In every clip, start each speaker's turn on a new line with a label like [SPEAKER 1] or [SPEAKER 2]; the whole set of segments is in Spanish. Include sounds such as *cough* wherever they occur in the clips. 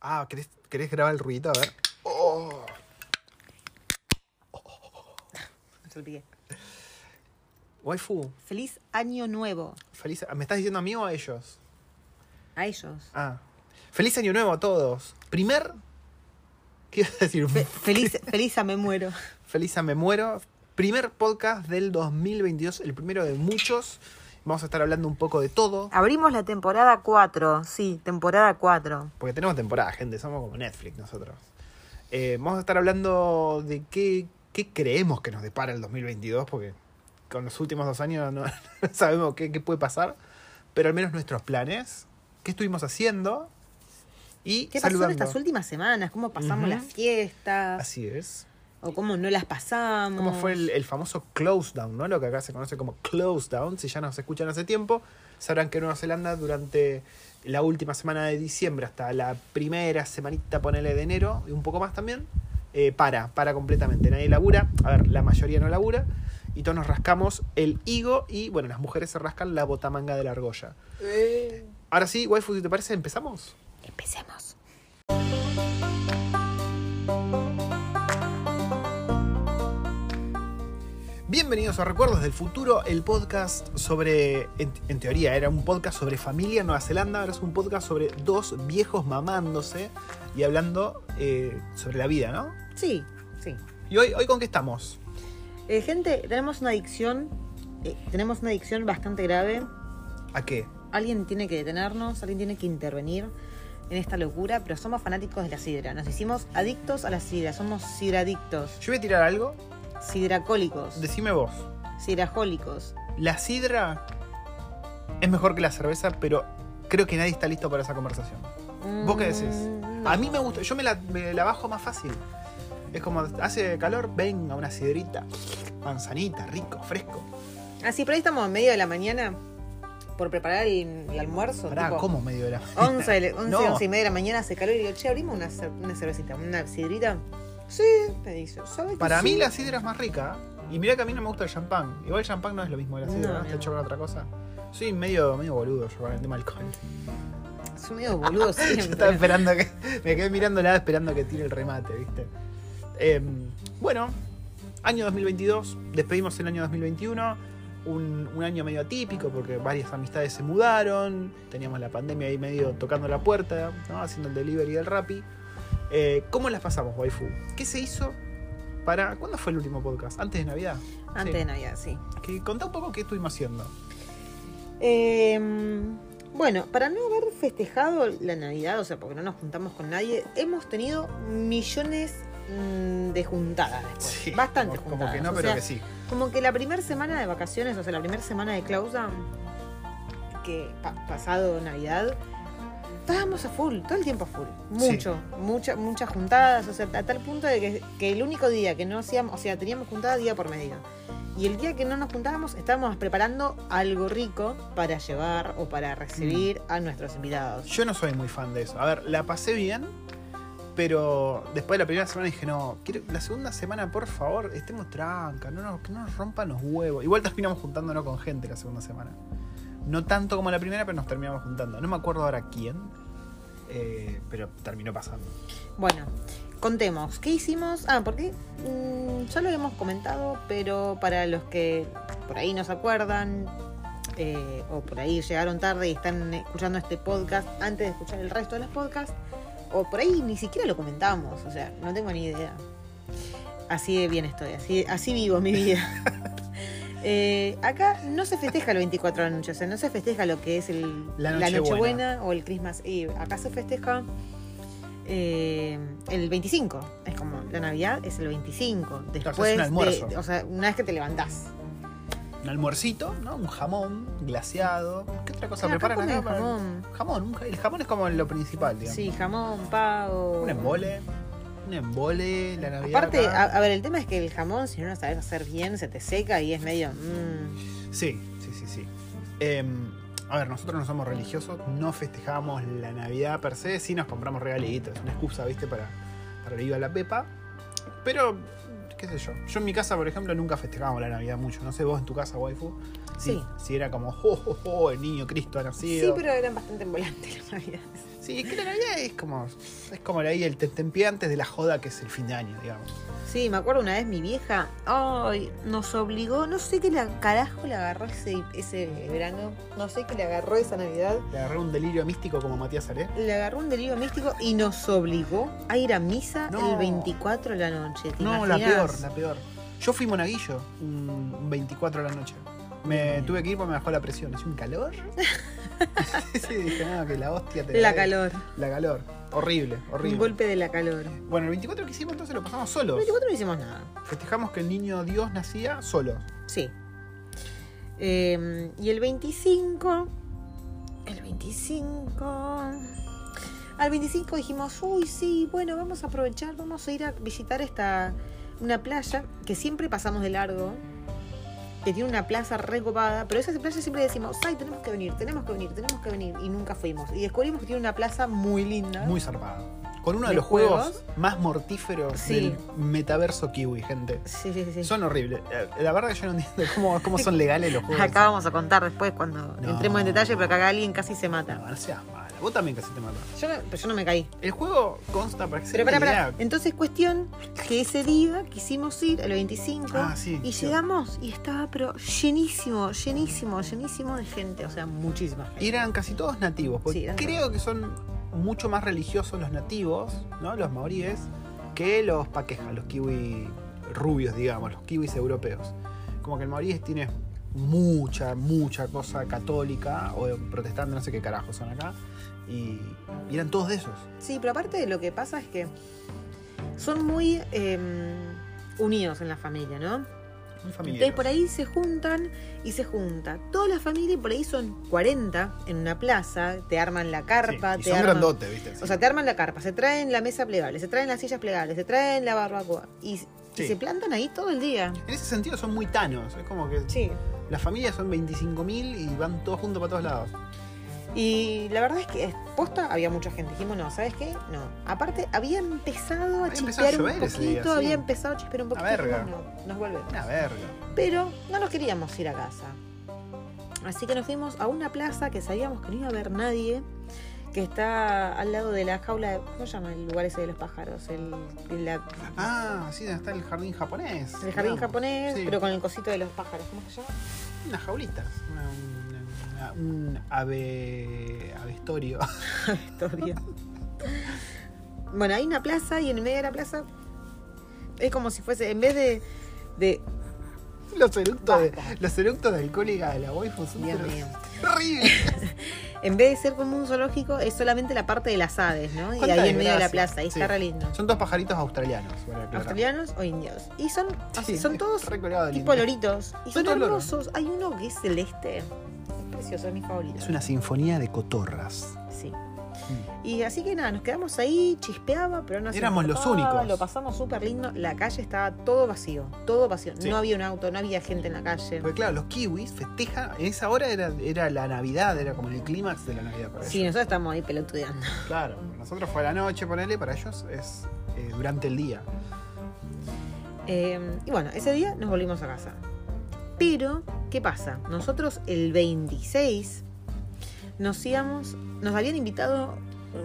[SPEAKER 1] Ah, ¿querés, querés grabar el ruido? A ver. Oh.
[SPEAKER 2] Me olvidé.
[SPEAKER 1] Waifu,
[SPEAKER 2] Feliz año nuevo
[SPEAKER 1] feliz. ¿Me estás diciendo a mí o a ellos?
[SPEAKER 2] a ellos.
[SPEAKER 1] Ah. Feliz año nuevo a todos. Primer. ¿Qué iba a decir?
[SPEAKER 2] Fe- feliz, *laughs* feliz a me muero.
[SPEAKER 1] Feliz a me muero. Primer podcast del 2022, el primero de muchos. Vamos a estar hablando un poco de todo.
[SPEAKER 2] Abrimos la temporada 4, sí, temporada 4.
[SPEAKER 1] Porque tenemos temporada, gente, somos como Netflix nosotros. Eh, vamos a estar hablando de qué, qué creemos que nos depara el 2022, porque con los últimos dos años no, *laughs* no sabemos qué, qué puede pasar, pero al menos nuestros planes, qué estuvimos haciendo y
[SPEAKER 2] ¿Qué pasó en
[SPEAKER 1] saludando.
[SPEAKER 2] estas últimas semanas? ¿Cómo pasamos
[SPEAKER 1] Ujú.
[SPEAKER 2] las fiestas?
[SPEAKER 1] Así es.
[SPEAKER 2] ¿O cómo no las pasamos?
[SPEAKER 1] ¿Cómo fue el, el famoso close down, no? Lo que acá se conoce como close down. Si ya nos escuchan hace tiempo, sabrán que en Nueva Zelanda durante la última semana de diciembre hasta la primera semanita, ponele de enero, y un poco más también, eh, para, para completamente. Nadie labura, a ver, la mayoría no labura, y todos nos rascamos el higo y, bueno, las mujeres se rascan la botamanga de la argolla. Ahora sí, waifu, si te parece, empezamos.
[SPEAKER 2] Empecemos.
[SPEAKER 1] Bienvenidos a Recuerdos del Futuro, el podcast sobre, en, en teoría era un podcast sobre familia en Nueva Zelanda, ahora es un podcast sobre dos viejos mamándose y hablando eh, sobre la vida, ¿no?
[SPEAKER 2] Sí, sí.
[SPEAKER 1] ¿Y hoy, hoy con qué estamos?
[SPEAKER 2] Eh, gente, tenemos una adicción, eh, tenemos una adicción bastante grave.
[SPEAKER 1] ¿A qué?
[SPEAKER 2] Alguien tiene que detenernos, alguien tiene que intervenir en esta locura, pero somos fanáticos de la sidra. Nos hicimos adictos a la sidra, somos sidradictos,
[SPEAKER 1] Yo voy a tirar algo,
[SPEAKER 2] sidracólicos,
[SPEAKER 1] decime vos.
[SPEAKER 2] sidrajólicos.
[SPEAKER 1] La sidra es mejor que la cerveza, pero creo que nadie está listo para esa conversación. ¿Vos qué decís?
[SPEAKER 2] Mm,
[SPEAKER 1] A mí me gusta, yo me la, me la bajo más fácil. Es como, hace calor, venga una sidrita, manzanita, rico, fresco.
[SPEAKER 2] Ah, sí, pero ahí estamos a medio de la mañana por preparar el, el almuerzo.
[SPEAKER 1] Pará,
[SPEAKER 2] tipo,
[SPEAKER 1] ¿cómo medio de la
[SPEAKER 2] 11, de la- 11,
[SPEAKER 1] No.
[SPEAKER 2] 11 y media de la mañana hace calor y digo, che, abrimos una, cer- una cervecita, una sidrita. Sí, me dice. ¿sabes que
[SPEAKER 1] Para
[SPEAKER 2] sí?
[SPEAKER 1] mí la sidra es más rica. Y mirá que a mí no me gusta el champán. Igual el champán no es lo mismo que la sidra,
[SPEAKER 2] No,
[SPEAKER 1] ¿no?
[SPEAKER 2] mi
[SPEAKER 1] Está
[SPEAKER 2] amor.
[SPEAKER 1] hecho con otra cosa. Soy medio, medio boludo yo con el tema alcohol.
[SPEAKER 2] Son medio
[SPEAKER 1] *laughs*
[SPEAKER 2] boludos
[SPEAKER 1] Yo estaba
[SPEAKER 2] siempre.
[SPEAKER 1] esperando que. Me quedé mirándola esperando que tire el remate, ¿viste? Em, bueno, año 2022. Despedimos el año 2021. Un, un año medio atípico porque varias amistades se mudaron. Teníamos la pandemia ahí medio tocando la puerta, ¿no? haciendo el delivery del Rappi. Eh, ¿Cómo las pasamos, waifu? ¿Qué se hizo para. ¿Cuándo fue el último podcast? ¿Antes de Navidad?
[SPEAKER 2] Antes de Navidad, sí.
[SPEAKER 1] Que, contá un poco qué estuvimos haciendo.
[SPEAKER 2] Eh, bueno, para no haber festejado la Navidad, o sea, porque no nos juntamos con nadie, hemos tenido millones mm, de juntadas después. Bastante
[SPEAKER 1] como, como
[SPEAKER 2] juntadas.
[SPEAKER 1] que no,
[SPEAKER 2] o
[SPEAKER 1] pero
[SPEAKER 2] sea,
[SPEAKER 1] que sí.
[SPEAKER 2] Como que la primera semana de vacaciones, o sea, la primera semana de clausa, que pa- pasado Navidad, estábamos a full, todo el tiempo a full. Mucho, mucha- muchas juntadas, o sea, a tal punto de que, que el único día que no hacíamos, o sea, teníamos juntada día por medio. Y el día que no nos juntábamos, estábamos preparando algo rico para llevar o para recibir a nuestros invitados.
[SPEAKER 1] Yo no soy muy fan de eso. A ver, la pasé bien, pero después de la primera semana dije, no, quiero, la segunda semana, por favor, estemos tranca, no nos, que no nos rompan los huevos. Igual terminamos juntándonos con gente la segunda semana. No tanto como la primera, pero nos terminamos juntando. No me acuerdo ahora quién, eh, pero terminó pasando.
[SPEAKER 2] Bueno, contemos, ¿qué hicimos? Ah, porque mm, ya lo hemos comentado, pero para los que por ahí no se acuerdan eh, o por ahí llegaron tarde y están escuchando este podcast antes de escuchar el resto de los podcasts, o por ahí ni siquiera lo comentamos, o sea, no tengo ni idea. Así de bien estoy, así, así vivo mi vida. Eh, acá no se festeja el 24 de la noche, o sea, no se festeja lo que es el,
[SPEAKER 1] La
[SPEAKER 2] Nochebuena
[SPEAKER 1] Nochebuena
[SPEAKER 2] o el Christmas Eve. Acá se festeja eh, el 25. Es como la Navidad es el 25. Después,
[SPEAKER 1] un
[SPEAKER 2] de-
[SPEAKER 1] almuerzo.
[SPEAKER 2] o sea, una vez que te levantás.
[SPEAKER 1] Un almuercito, ¿no? Un jamón glaseado. ¿Qué otra cosa
[SPEAKER 2] Ah, acá
[SPEAKER 1] preparan acá?
[SPEAKER 2] comen
[SPEAKER 1] para-
[SPEAKER 2] jamón.
[SPEAKER 1] Jamón, un ja- el jamón es como lo principal, digamos.
[SPEAKER 2] Sí, jamón, pavo.
[SPEAKER 1] Un embole, un embole, la Navidad.
[SPEAKER 2] Aparte,
[SPEAKER 1] acá.
[SPEAKER 2] a, a ver, el tema es que el jamón, si no lo sabes hacer bien, se te seca y es medio. mm,
[SPEAKER 1] Sí, sí, sí, sí. Em, a ver, nosotros no somos religiosos, no festejamos la Navidad per se, sí nos compramos regalitos, una excusa, viste, para, para ir a la pepa. Pero, qué sé yo, yo en mi casa, por ejemplo, nunca festejábamos la Navidad mucho, no sé, vos en tu casa, waifu, si,
[SPEAKER 2] Sí.
[SPEAKER 1] si era como, jo, jo, jo, el niño Cristo ha
[SPEAKER 2] sí,
[SPEAKER 1] nacido.
[SPEAKER 2] pero eran bastante volantes las navidades.
[SPEAKER 1] Sí, es que la Navidad es como, es como ahí el tentempié antes de la joda que es el fin de año, digamos.
[SPEAKER 2] Sí, me acuerdo una vez mi vieja, ay, nos obligó, no sé qué la carajo le agarró ese, ese verano, no sé qué le agarró esa Navidad.
[SPEAKER 1] Le agarró un delirio místico como Matías Aré.
[SPEAKER 2] Le agarró un delirio místico y nos obligó a ir a misa
[SPEAKER 1] No.
[SPEAKER 2] el 24 de la noche. ¿te
[SPEAKER 1] No, la
[SPEAKER 2] imaginas?
[SPEAKER 1] peor, la peor. Yo fui monaguillo un un 24 de la noche. Me tuve que ir porque me bajó la presión. Es un
[SPEAKER 2] *laughs*
[SPEAKER 1] calor. sí, dije, no, que la hostia te
[SPEAKER 2] La
[SPEAKER 1] dé.
[SPEAKER 2] calor.
[SPEAKER 1] La calor. Horrible, horrible.
[SPEAKER 2] Un golpe de la calor. El
[SPEAKER 1] Bueno, el 24 que hicimos entonces lo pasamos solos.
[SPEAKER 2] 24 no hicimos nada.
[SPEAKER 1] Festejamos que el niño Dios nacía solo.
[SPEAKER 2] Sí. Eh, y el 25. El 25. Al 25 dijimos, uy, sí, bueno, vamos a aprovechar, vamos a ir a visitar esta. Una playa que siempre pasamos de largo. Que tiene una plaza recopada. Pero esa playa siempre decimos, ay, tenemos que venir, tenemos que venir, tenemos que venir. Y nunca fuimos. Y descubrimos que tiene una plaza muy linda.
[SPEAKER 1] Muy zarpado. Con uno de,
[SPEAKER 2] ¿De
[SPEAKER 1] los juegos,
[SPEAKER 2] juegos?
[SPEAKER 1] más mortíferos
[SPEAKER 2] Sí.
[SPEAKER 1] del metaverso kiwi, gente.
[SPEAKER 2] Sí, sí, sí.
[SPEAKER 1] Son horribles. Eh, La verdad que yo no entiendo cómo, cómo son legales los juegos.
[SPEAKER 2] Acá vamos a contar después cuando
[SPEAKER 1] No.
[SPEAKER 2] entremos en detalle, pero acá alguien casi se mata.
[SPEAKER 1] No, no seas mala. Vos también casi te matas.
[SPEAKER 2] Yo no- pero yo no me caí.
[SPEAKER 1] El juego consta para que se
[SPEAKER 2] Pero
[SPEAKER 1] den
[SPEAKER 2] pará,
[SPEAKER 1] una
[SPEAKER 2] pará.
[SPEAKER 1] idea.
[SPEAKER 2] Entonces, cuestión que ese día quisimos ir, el 25,
[SPEAKER 1] Ah, sí,
[SPEAKER 2] y
[SPEAKER 1] sí.
[SPEAKER 2] llegamos y estaba pero llenísimo, llenísimo, llenísimo de gente. O sea, muchísima gente.
[SPEAKER 1] Y eran casi todos nativos. Porque
[SPEAKER 2] Sí, eran
[SPEAKER 1] creo que son mucho más religiosos los nativos, ¿no? Los maoríes, que los paquejas, los kiwi rubios, digamos, los kiwis europeos. Como que el maorí tiene mucha, mucha cosa católica o protestante, no sé qué carajo son acá. Y, y eran todos de esos.
[SPEAKER 2] Sí, pero aparte de lo que pasa es que son muy eh, unidos en la familia, ¿no?
[SPEAKER 1] Muy
[SPEAKER 2] Entonces
[SPEAKER 1] familiares.
[SPEAKER 2] por ahí se juntan y se junta. Toda la familia, y por ahí son 40 en una plaza, te arman la carpa,
[SPEAKER 1] Sí, y
[SPEAKER 2] te
[SPEAKER 1] son
[SPEAKER 2] arman.
[SPEAKER 1] grandotes, ¿viste?
[SPEAKER 2] O sea, te arman la carpa, se traen la mesa plegable, se traen las sillas plegables, se traen la barbacoa y, y
[SPEAKER 1] Sí.
[SPEAKER 2] se plantan ahí todo el día.
[SPEAKER 1] en ese sentido son muy tanos. Es como que
[SPEAKER 2] Sí.
[SPEAKER 1] las familias son 25.000 y van todos juntos para todos lados.
[SPEAKER 2] Y la verdad es que es- posta había mucha gente. Dijimos, no, ¿sabes qué? No. Aparte, había empezado a
[SPEAKER 1] Había empezado a
[SPEAKER 2] chispear un
[SPEAKER 1] llover ese
[SPEAKER 2] poquito,
[SPEAKER 1] día, sí.
[SPEAKER 2] había empezado a chispear un poquito.
[SPEAKER 1] verga.
[SPEAKER 2] dijimos, no, nos volvemos.
[SPEAKER 1] Una verga.
[SPEAKER 2] Pero no nos queríamos ir a casa. Así que nos fuimos a una plaza que sabíamos que no iba a haber nadie, que está al lado de la jaula, de, ¿cómo se llama el lugar ese de los pájaros? El, el- la-
[SPEAKER 1] Ah, sí, donde está el jardín japonés.
[SPEAKER 2] el jardín
[SPEAKER 1] digamos.
[SPEAKER 2] japonés,
[SPEAKER 1] Sí,
[SPEAKER 2] pero con el cosito de los pájaros, ¿cómo se llama?
[SPEAKER 1] *laughs* unas jaulitas. Una, una- una- un ave. avestorio. *laughs*
[SPEAKER 2] Todavía. *laughs* bueno, hay una plaza y en medio de la plaza es como si fuese, en vez de... de
[SPEAKER 1] los eructos de,
[SPEAKER 2] Basta.
[SPEAKER 1] los eructos de alcohólica de la waifu son
[SPEAKER 2] Dios
[SPEAKER 1] pero
[SPEAKER 2] mío.
[SPEAKER 1] horribles.
[SPEAKER 2] En vez de ser como un zoológico, es solamente la parte de las aves, ¿no? Y
[SPEAKER 1] Cuánta
[SPEAKER 2] ahí en medio de la
[SPEAKER 1] desgracia.
[SPEAKER 2] plaza, ahí
[SPEAKER 1] Sí.
[SPEAKER 2] está re lindo.
[SPEAKER 1] Son dos pajaritos australianos. para aclarar.
[SPEAKER 2] australianos o indios. Y son,
[SPEAKER 1] Sí,
[SPEAKER 2] son todos
[SPEAKER 1] re colgado de lindo.
[SPEAKER 2] tipo loritos.
[SPEAKER 1] Son
[SPEAKER 2] Y son
[SPEAKER 1] todos loros.
[SPEAKER 2] hermosos. Hay uno que es celeste. Es precioso, es mi favorito.
[SPEAKER 1] Es una sinfonía de cotorras.
[SPEAKER 2] Sí. Y así que nada, nos quedamos ahí, chispeaba, pero no nos
[SPEAKER 1] Éramos los
[SPEAKER 2] importaba,
[SPEAKER 1] únicos.
[SPEAKER 2] Lo pasamos súper lindo. La calle estaba todo vacío, todo vacío.
[SPEAKER 1] Sí.
[SPEAKER 2] No había un auto, no había gente en la calle.
[SPEAKER 1] Porque claro, los kiwis festejan. En esa hora era, era la Navidad, era como el clímax de la Navidad para
[SPEAKER 2] Sí,
[SPEAKER 1] ellos.
[SPEAKER 2] nosotros estamos ahí pelotudeando.
[SPEAKER 1] Claro, para nosotros fue a la noche, ponele, para ellos es eh, durante el día.
[SPEAKER 2] Eh, y bueno, ese día nos volvimos a casa. Pero, ¿qué pasa? Nosotros el 26 nos íbamos, nos habían invitado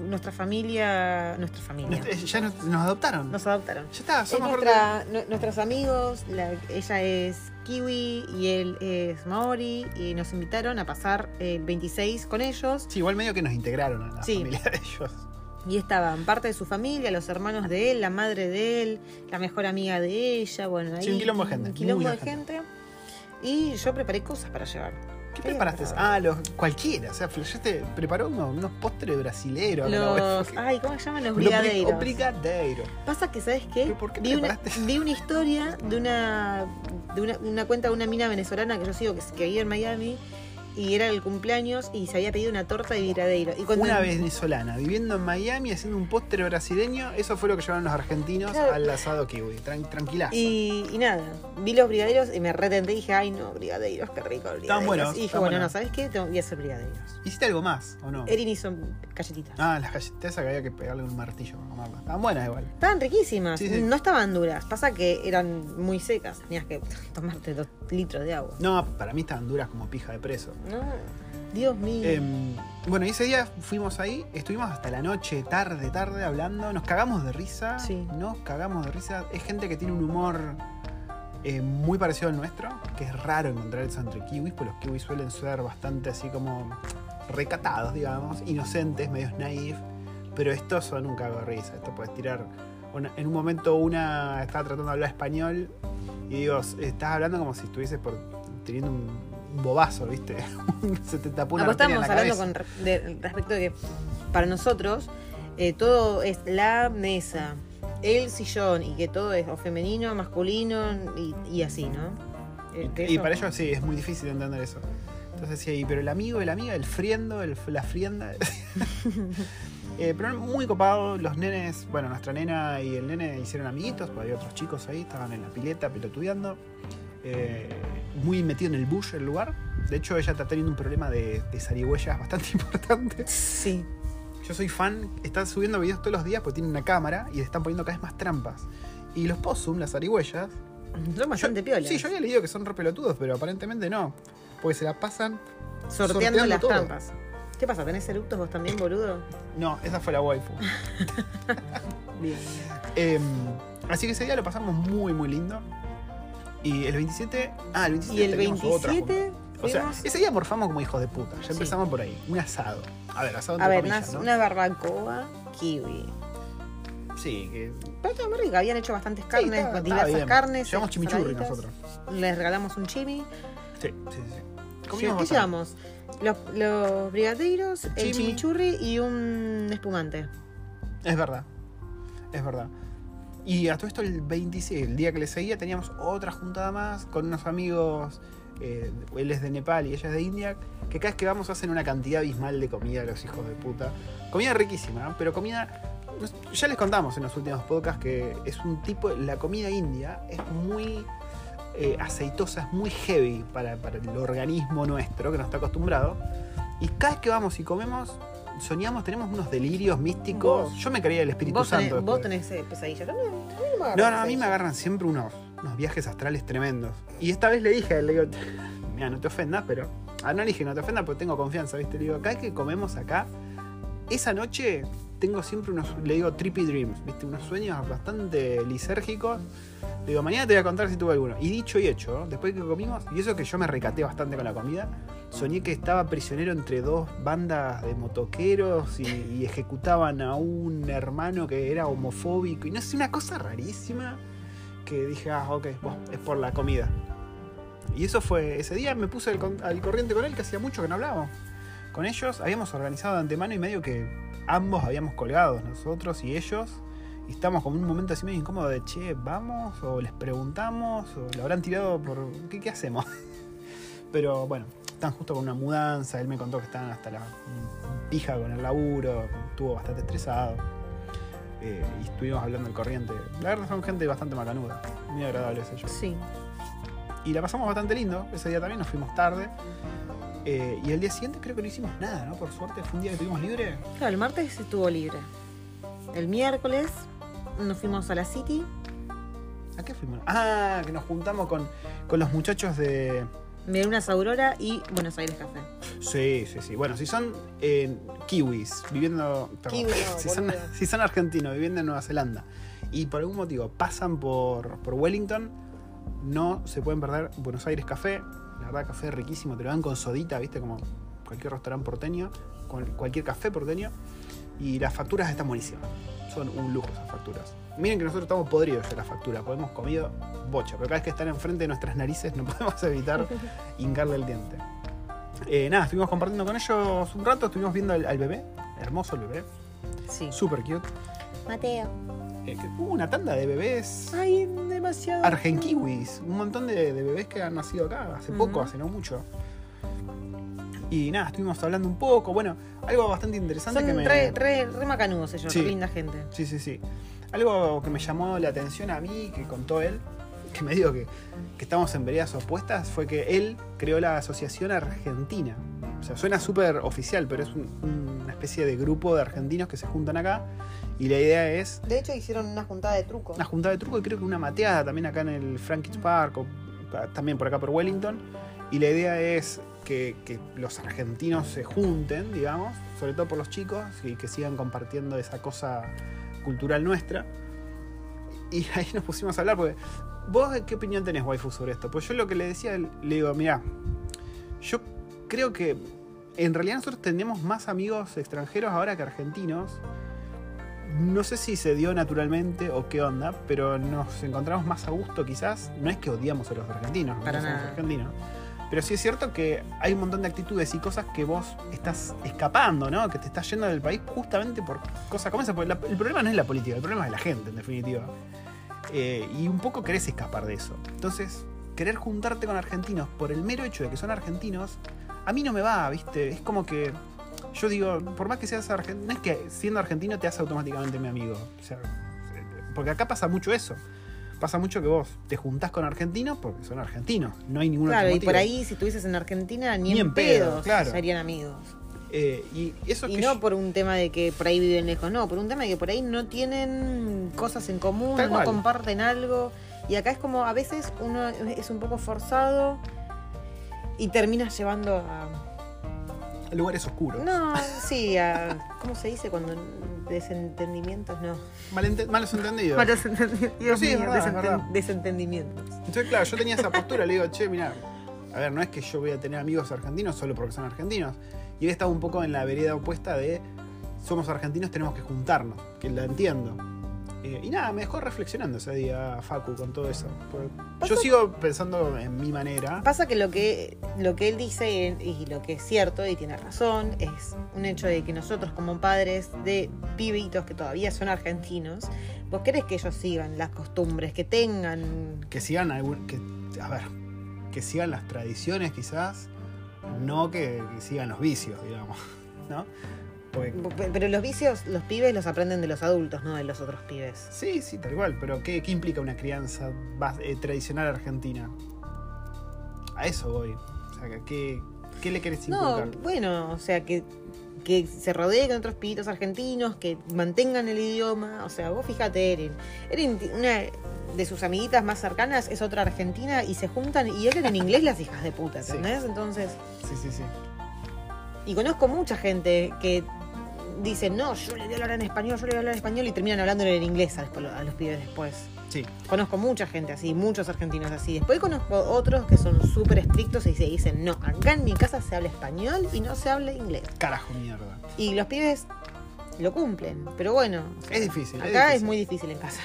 [SPEAKER 2] nuestra familia, nuestra familia.
[SPEAKER 1] Nos- eh, ya nos, nos adoptaron.
[SPEAKER 2] Nos adoptaron.
[SPEAKER 1] Ya está,
[SPEAKER 2] Es
[SPEAKER 1] somos
[SPEAKER 2] nuestra- nu- nuestros amigos, la- ella es kiwi y él es maori, y nos invitaron a pasar el 26 con ellos.
[SPEAKER 1] Sí, igual medio que nos integraron a la
[SPEAKER 2] Sí.
[SPEAKER 1] familia de ellos.
[SPEAKER 2] Y estaban parte de su familia, los hermanos de él, la madre de él, la mejor amiga de ella, bueno, ahí.
[SPEAKER 1] Sí, un quilombo de gente,
[SPEAKER 2] un quilombo
[SPEAKER 1] mucha
[SPEAKER 2] de gente. Y yo preparé cosas para llevar.
[SPEAKER 1] ¿Qué preparaste? Ah, los, cualquiera. O sea, Florete preparó uno- unos postres brasileros. la
[SPEAKER 2] Los.
[SPEAKER 1] web.
[SPEAKER 2] Ay, ¿cómo se llaman los
[SPEAKER 1] Los bri-
[SPEAKER 2] brigadeiros?
[SPEAKER 1] los brigadeiros.
[SPEAKER 2] Pasa que, ¿sabes qué?
[SPEAKER 1] ¿Pero por qué
[SPEAKER 2] vi, una,
[SPEAKER 1] preparaste?
[SPEAKER 2] vi una historia de una, de una, una cuenta de una mina venezolana que yo sigo que, que vivía en Miami y era el cumpleaños y se había pedido una torta de viradeiro. Y cuando,
[SPEAKER 1] Una venezolana viviendo en Miami haciendo un postre brasileño, eso fue lo que llevaron los argentinos
[SPEAKER 2] Claro.
[SPEAKER 1] al asado kiwi. Tran- tranquilazo.
[SPEAKER 2] Y, y nada, vi los brigadeiros y me retenté y dije, ay no, brigadeiros, qué rico. Brigadeiros.
[SPEAKER 1] Están buenos,
[SPEAKER 2] Y dije,
[SPEAKER 1] están
[SPEAKER 2] bueno,
[SPEAKER 1] buenos.
[SPEAKER 2] no, ¿sabes qué? Tengo, voy a hacer brigadeiros.
[SPEAKER 1] ¿Hiciste algo más o no?
[SPEAKER 2] Erin hizo galletitas.
[SPEAKER 1] Ah, las galletas que había que pegarle un martillo para comerlas. Estaban buenas igual.
[SPEAKER 2] Estaban riquísimas,
[SPEAKER 1] Sí, sí.
[SPEAKER 2] no estaban duras. Pasa que eran muy *laughs* secas, tenías que tomarte dos litros de agua.
[SPEAKER 1] No, para mí estaban duras como pija de preso.
[SPEAKER 2] No, Dios mío.
[SPEAKER 1] Em, bueno, y ese día fuimos ahí, estuvimos hasta la noche, tarde, tarde, hablando, nos cagamos de risa,
[SPEAKER 2] Sí.
[SPEAKER 1] nos cagamos de risa. Es gente que tiene un humor eh, muy parecido al nuestro, que es raro encontrar eso entre kiwis, pues los kiwis suelen ser bastante así como recatados, digamos, inocentes, medios naif, pero estos son un cago de risa, esto puedes tirar... una- en un momento una estaba tratando de hablar español y digo, estás hablando como si estuvieses por, teniendo un bobazo, ¿viste? *laughs* Se te tapó una
[SPEAKER 2] Ah, pues
[SPEAKER 1] arteria en la
[SPEAKER 2] estábamos hablando
[SPEAKER 1] cabeza.
[SPEAKER 2] con re- de- respecto de que para nosotros eh, todo es la mesa, el sillón y que todo es o femenino, masculino y, y así, ¿no? Eh, que
[SPEAKER 1] Y
[SPEAKER 2] eso-
[SPEAKER 1] para ellos sí, es muy difícil entender eso. Entonces sí, pero el amigo, el amiga, el friendo, el- la
[SPEAKER 2] *laughs*
[SPEAKER 1] frienda. Eh, pero muy copado, los nenes, bueno, nuestra nena y el nene hicieron amiguitos, porque había otros chicos ahí, estaban en la pileta pelotudeando. Eh, muy metido en el bush el lugar. De hecho, ella está teniendo un problema de, de zarigüeyas bastante *laughs* importante.
[SPEAKER 2] Sí.
[SPEAKER 1] Yo soy fan, están subiendo videos todos los días porque tienen una cámara y le están poniendo cada vez más trampas. Y los possum, las zarigüeyas,
[SPEAKER 2] Son bastante
[SPEAKER 1] yo-
[SPEAKER 2] piolas.
[SPEAKER 1] Sí, yo había leído que son re pelotudos, pero aparentemente no. Porque se la pasan.
[SPEAKER 2] sorteando,
[SPEAKER 1] sorteando
[SPEAKER 2] las
[SPEAKER 1] todo.
[SPEAKER 2] trampas. ¿Qué pasa? ¿Tenés eructos vos también, boludo?
[SPEAKER 1] No, esa fue la
[SPEAKER 2] *laughs*
[SPEAKER 1] waifu.
[SPEAKER 2] Bien.
[SPEAKER 1] Em, así que ese día lo pasamos muy, muy lindo. Y el 27. Ah, el 27.
[SPEAKER 2] Y el
[SPEAKER 1] teníamos otra
[SPEAKER 2] 27
[SPEAKER 1] junta. O sea,
[SPEAKER 2] fuimos-
[SPEAKER 1] ese día morfamos como hijos de puta. Ya
[SPEAKER 2] Sí.
[SPEAKER 1] empezamos por ahí. Un asado. A ver, asado entre
[SPEAKER 2] a ver,
[SPEAKER 1] comillas,
[SPEAKER 2] nas-
[SPEAKER 1] ¿no?
[SPEAKER 2] una barbacoa kiwi.
[SPEAKER 1] Sí, que.
[SPEAKER 2] Pero estaba muy rica, habían hecho bastantes carnes,
[SPEAKER 1] sí, está-
[SPEAKER 2] diversas
[SPEAKER 1] está bien.
[SPEAKER 2] carnes.
[SPEAKER 1] Llevamos chimichurri
[SPEAKER 2] ensaladitas.
[SPEAKER 1] nosotros.
[SPEAKER 2] Les regalamos un chimi.
[SPEAKER 1] Sí, sí, sí.
[SPEAKER 2] ¿Qué
[SPEAKER 1] bastante.
[SPEAKER 2] llevamos? Los, los brigadeiros,
[SPEAKER 1] Chimi.
[SPEAKER 2] el chimichurri y un espumante.
[SPEAKER 1] Es verdad. Es verdad. Y a todo esto, el 26, el día que le seguía, teníamos otra juntada más con unos amigos. eh, él es de Nepal y ella es de India. Que cada vez que vamos hacen una cantidad abismal de comida, los hijos de puta. Comida riquísima, ¿no? pero comida. nos- Ya les contamos en los últimos podcasts que es un tipo. La comida india es muy eh, aceitosa, es muy heavy para, para el organismo nuestro que no está acostumbrado. Y cada vez que vamos y comemos, soñamos, tenemos unos delirios místicos.
[SPEAKER 2] Vos-
[SPEAKER 1] Yo me creía el Espíritu
[SPEAKER 2] Vos
[SPEAKER 1] Santo.
[SPEAKER 2] tenés, vos
[SPEAKER 1] después.
[SPEAKER 2] tenés eh, pesadillas también. A mí no, me
[SPEAKER 1] No, no, a mí
[SPEAKER 2] agarran
[SPEAKER 1] me
[SPEAKER 2] pesadillas.
[SPEAKER 1] agarran siempre unos, unos viajes astrales tremendos. Y esta vez le dije a él, le digo, *laughs* mira, no te ofendas, pero. Ah, no le dije, no te ofendas, porque tengo confianza, ¿viste? Le digo, acá que comemos acá, esa noche tengo siempre unos, le digo, trippy dreams, ¿viste? Unos sueños bastante lisérgicos. Le digo, mañana te voy a contar si tuve alguno. Y dicho y hecho, después que comimos, y eso que yo me recaté bastante con la comida, soñé que estaba prisionero entre dos bandas de motoqueros y, y ejecutaban a un hermano que era homofóbico. Y no sé, una cosa rarísima que dije, ah, ok, bueno, es por la comida. Y eso fue, ese día me puse al, con- al corriente con él, que hacía mucho que no hablábamos. Con ellos habíamos organizado de antemano y medio que ambos habíamos colgado, nosotros y ellos. Y estábamos como en un momento así medio incómodo de, che, vamos, o les preguntamos, o lo habrán tirado por, ¿qué, qué hacemos? *laughs* Pero bueno, están justo con una mudanza, él me contó que estaban hasta la pija con el laburo, estuvo bastante estresado. Eh, y estuvimos hablando al corriente. La verdad son gente bastante macanuda, muy agradables ellos
[SPEAKER 2] Sí.
[SPEAKER 1] y la pasamos bastante lindo. Ese día también nos fuimos tarde. Eh, y el día siguiente creo que no hicimos nada, ¿no? Por suerte, fue un día que tuvimos libre.
[SPEAKER 2] Claro, el martes estuvo libre. El miércoles nos fuimos a la City.
[SPEAKER 1] ¿A qué fuimos? Ah, que nos juntamos con, con los muchachos de.
[SPEAKER 2] Merunas Aurora y Buenos Aires Café.
[SPEAKER 1] Sí, sí, sí. Bueno, si son eh, kiwis viviendo. Perdón,
[SPEAKER 2] Kiwi, no,
[SPEAKER 1] *laughs* si, son,
[SPEAKER 2] boludo.
[SPEAKER 1] si son argentinos viviendo en Nueva Zelanda y por algún motivo pasan por, por Wellington, no se pueden perder Buenos Aires Café. La verdad, café riquísimo. Te lo dan con sodita, ¿viste? Como cualquier restaurante porteño, con cualquier café porteño. Y las facturas están buenísimas. Son un lujo esas facturas. Miren que nosotros estamos podridos de las facturas, porque hemos comido bocha, pero cada vez que están enfrente de nuestras narices no *laughs* podemos
[SPEAKER 2] *laughs*
[SPEAKER 1] evitar hincarle el diente. Eh, nada, estuvimos compartiendo con ellos un rato, estuvimos viendo al, al bebé, hermoso el bebé,
[SPEAKER 2] Sí.
[SPEAKER 1] super cute.
[SPEAKER 2] Mateo.
[SPEAKER 1] Eh, que hubo una tanda de bebés
[SPEAKER 2] Ay, demasiado.
[SPEAKER 1] argenkiwis, un montón de, de bebés que han nacido acá hace poco,
[SPEAKER 2] Ujú.
[SPEAKER 1] hace no mucho. Y nada, estuvimos hablando un poco, bueno, algo bastante interesante
[SPEAKER 2] Son
[SPEAKER 1] que me...
[SPEAKER 2] re, re, re macanudos ellos,
[SPEAKER 1] Sí.
[SPEAKER 2] re linda gente.
[SPEAKER 1] Sí, sí, sí. Algo que me llamó la atención a mí, que contó él, que me dijo que, que estamos en veredas opuestas, fue que él creó la Asociación Argentina. O sea, suena súper oficial, pero es un- una especie de grupo de argentinos que se juntan acá y la idea es
[SPEAKER 2] De hecho, hicieron una juntada de trucos.
[SPEAKER 1] una juntada de truco y creo que una ah, mateada también acá en el Frankie's Park o pa- también por acá por Wellington. Y la idea es que, que los argentinos se junten, digamos, sobre todo por los chicos, y que sigan compartiendo esa cosa cultural nuestra. Y *laughs* ahí nos pusimos a hablar, porque vos qué opinión tenés, waifu, sobre esto? Pues yo lo que le decía, le digo, mira, yo creo que en realidad nosotros tenemos más amigos extranjeros ahora que argentinos. No sé si se dio naturalmente o qué onda, pero nos encontramos más a gusto quizás. No es que odiamos a los argentinos, no
[SPEAKER 2] Para
[SPEAKER 1] somos
[SPEAKER 2] nada.
[SPEAKER 1] argentinos. Pero sí es cierto que hay un montón de actitudes y cosas que vos estás escapando, ¿no? Que te estás yendo del país justamente por cosas como esa. Porque la- el problema no es la política, el problema es la gente, en definitiva. Eh, y un poco querés escapar de eso. Entonces, querer juntarte con argentinos por el mero hecho de que son argentinos, a mí no me va, ¿viste? Es como que. Yo digo, por más que seas argentino, no es que siendo argentino te hace automáticamente mi amigo. O sea, porque acá pasa mucho eso. Pasa mucho que vos te juntás con argentinos porque son argentinos. No hay ningún otro
[SPEAKER 2] Claro, y por
[SPEAKER 1] motivo.
[SPEAKER 2] ahí si estuvieses en Argentina, ni, en pedo,
[SPEAKER 1] pedo, claro.
[SPEAKER 2] serían amigos.
[SPEAKER 1] Eh, y eso es
[SPEAKER 2] Y
[SPEAKER 1] que
[SPEAKER 2] no
[SPEAKER 1] yo-
[SPEAKER 2] por un tema de que por ahí viven lejos, no, por un tema de que por ahí no tienen cosas en común,
[SPEAKER 1] Tal
[SPEAKER 2] no
[SPEAKER 1] cual.
[SPEAKER 2] comparten algo. Y acá es como a veces uno es un poco forzado y terminas llevando a.
[SPEAKER 1] lugares oscuros.
[SPEAKER 2] No, sí, a. ¿Cómo se dice cuando.? Desentendimientos, no.
[SPEAKER 1] Malente- malos entendidos.
[SPEAKER 2] Malos entendidos. Dios
[SPEAKER 1] Sí, es
[SPEAKER 2] mío,
[SPEAKER 1] verdad, es
[SPEAKER 2] desenten-
[SPEAKER 1] verdad.
[SPEAKER 2] desentendimientos.
[SPEAKER 1] Entonces, claro, yo tenía esa postura, le digo, che, mira, a ver, no es que yo voy a tener amigos argentinos solo porque son argentinos. Y él estaba un poco en la vereda opuesta de somos argentinos, tenemos que juntarnos, que la entiendo. Eh, y nada, me dejó reflexionando ese día Facu con todo eso. Porque Yo sigo pensando en mi manera.
[SPEAKER 2] Pasa que lo que lo que él dice y lo que es cierto y tiene razón es un hecho de que nosotros como padres de pibitos que todavía son argentinos, vos querés que ellos sigan las costumbres, que tengan
[SPEAKER 1] Que sigan algún, que, a ver, que sigan las tradiciones quizás, no que, que sigan los vicios, digamos, *laughs* ¿no? Porque
[SPEAKER 2] pero los vicios los pibes los aprenden de los adultos, no de los otros pibes.
[SPEAKER 1] Sí, sí, tal cual, pero ¿qué, qué implica una crianza bas- eh, tradicional argentina? A eso voy. O sea, que- ¿qué, qué le querés
[SPEAKER 2] No,
[SPEAKER 1] inculcar?
[SPEAKER 2] bueno, o sea que que se rodee con otros pibitos argentinos, que mantengan el idioma, o sea, vos fíjate, Eren, Eren ti- una de sus amiguitas más cercanas es otra argentina y se juntan y Eren en inglés las hijas de puta,
[SPEAKER 1] Sí.
[SPEAKER 2] ¿entendés? Entonces,
[SPEAKER 1] Sí, sí, sí.
[SPEAKER 2] Y conozco mucha gente que dice, no, yo le voy a hablar en español, yo le voy a hablar en español y terminan hablándole en inglés a los, a los pibes después.
[SPEAKER 1] Sí,
[SPEAKER 2] Conozco mucha gente así, muchos argentinos así. Después conozco otros que son súper estrictos y se dicen, no, acá en mi casa se habla español y no se habla inglés.
[SPEAKER 1] carajo mierda.
[SPEAKER 2] Y los pibes lo cumplen, pero bueno. o sea,
[SPEAKER 1] Es difícil, es
[SPEAKER 2] Acá es,
[SPEAKER 1] difícil.
[SPEAKER 2] muy difícil en casa.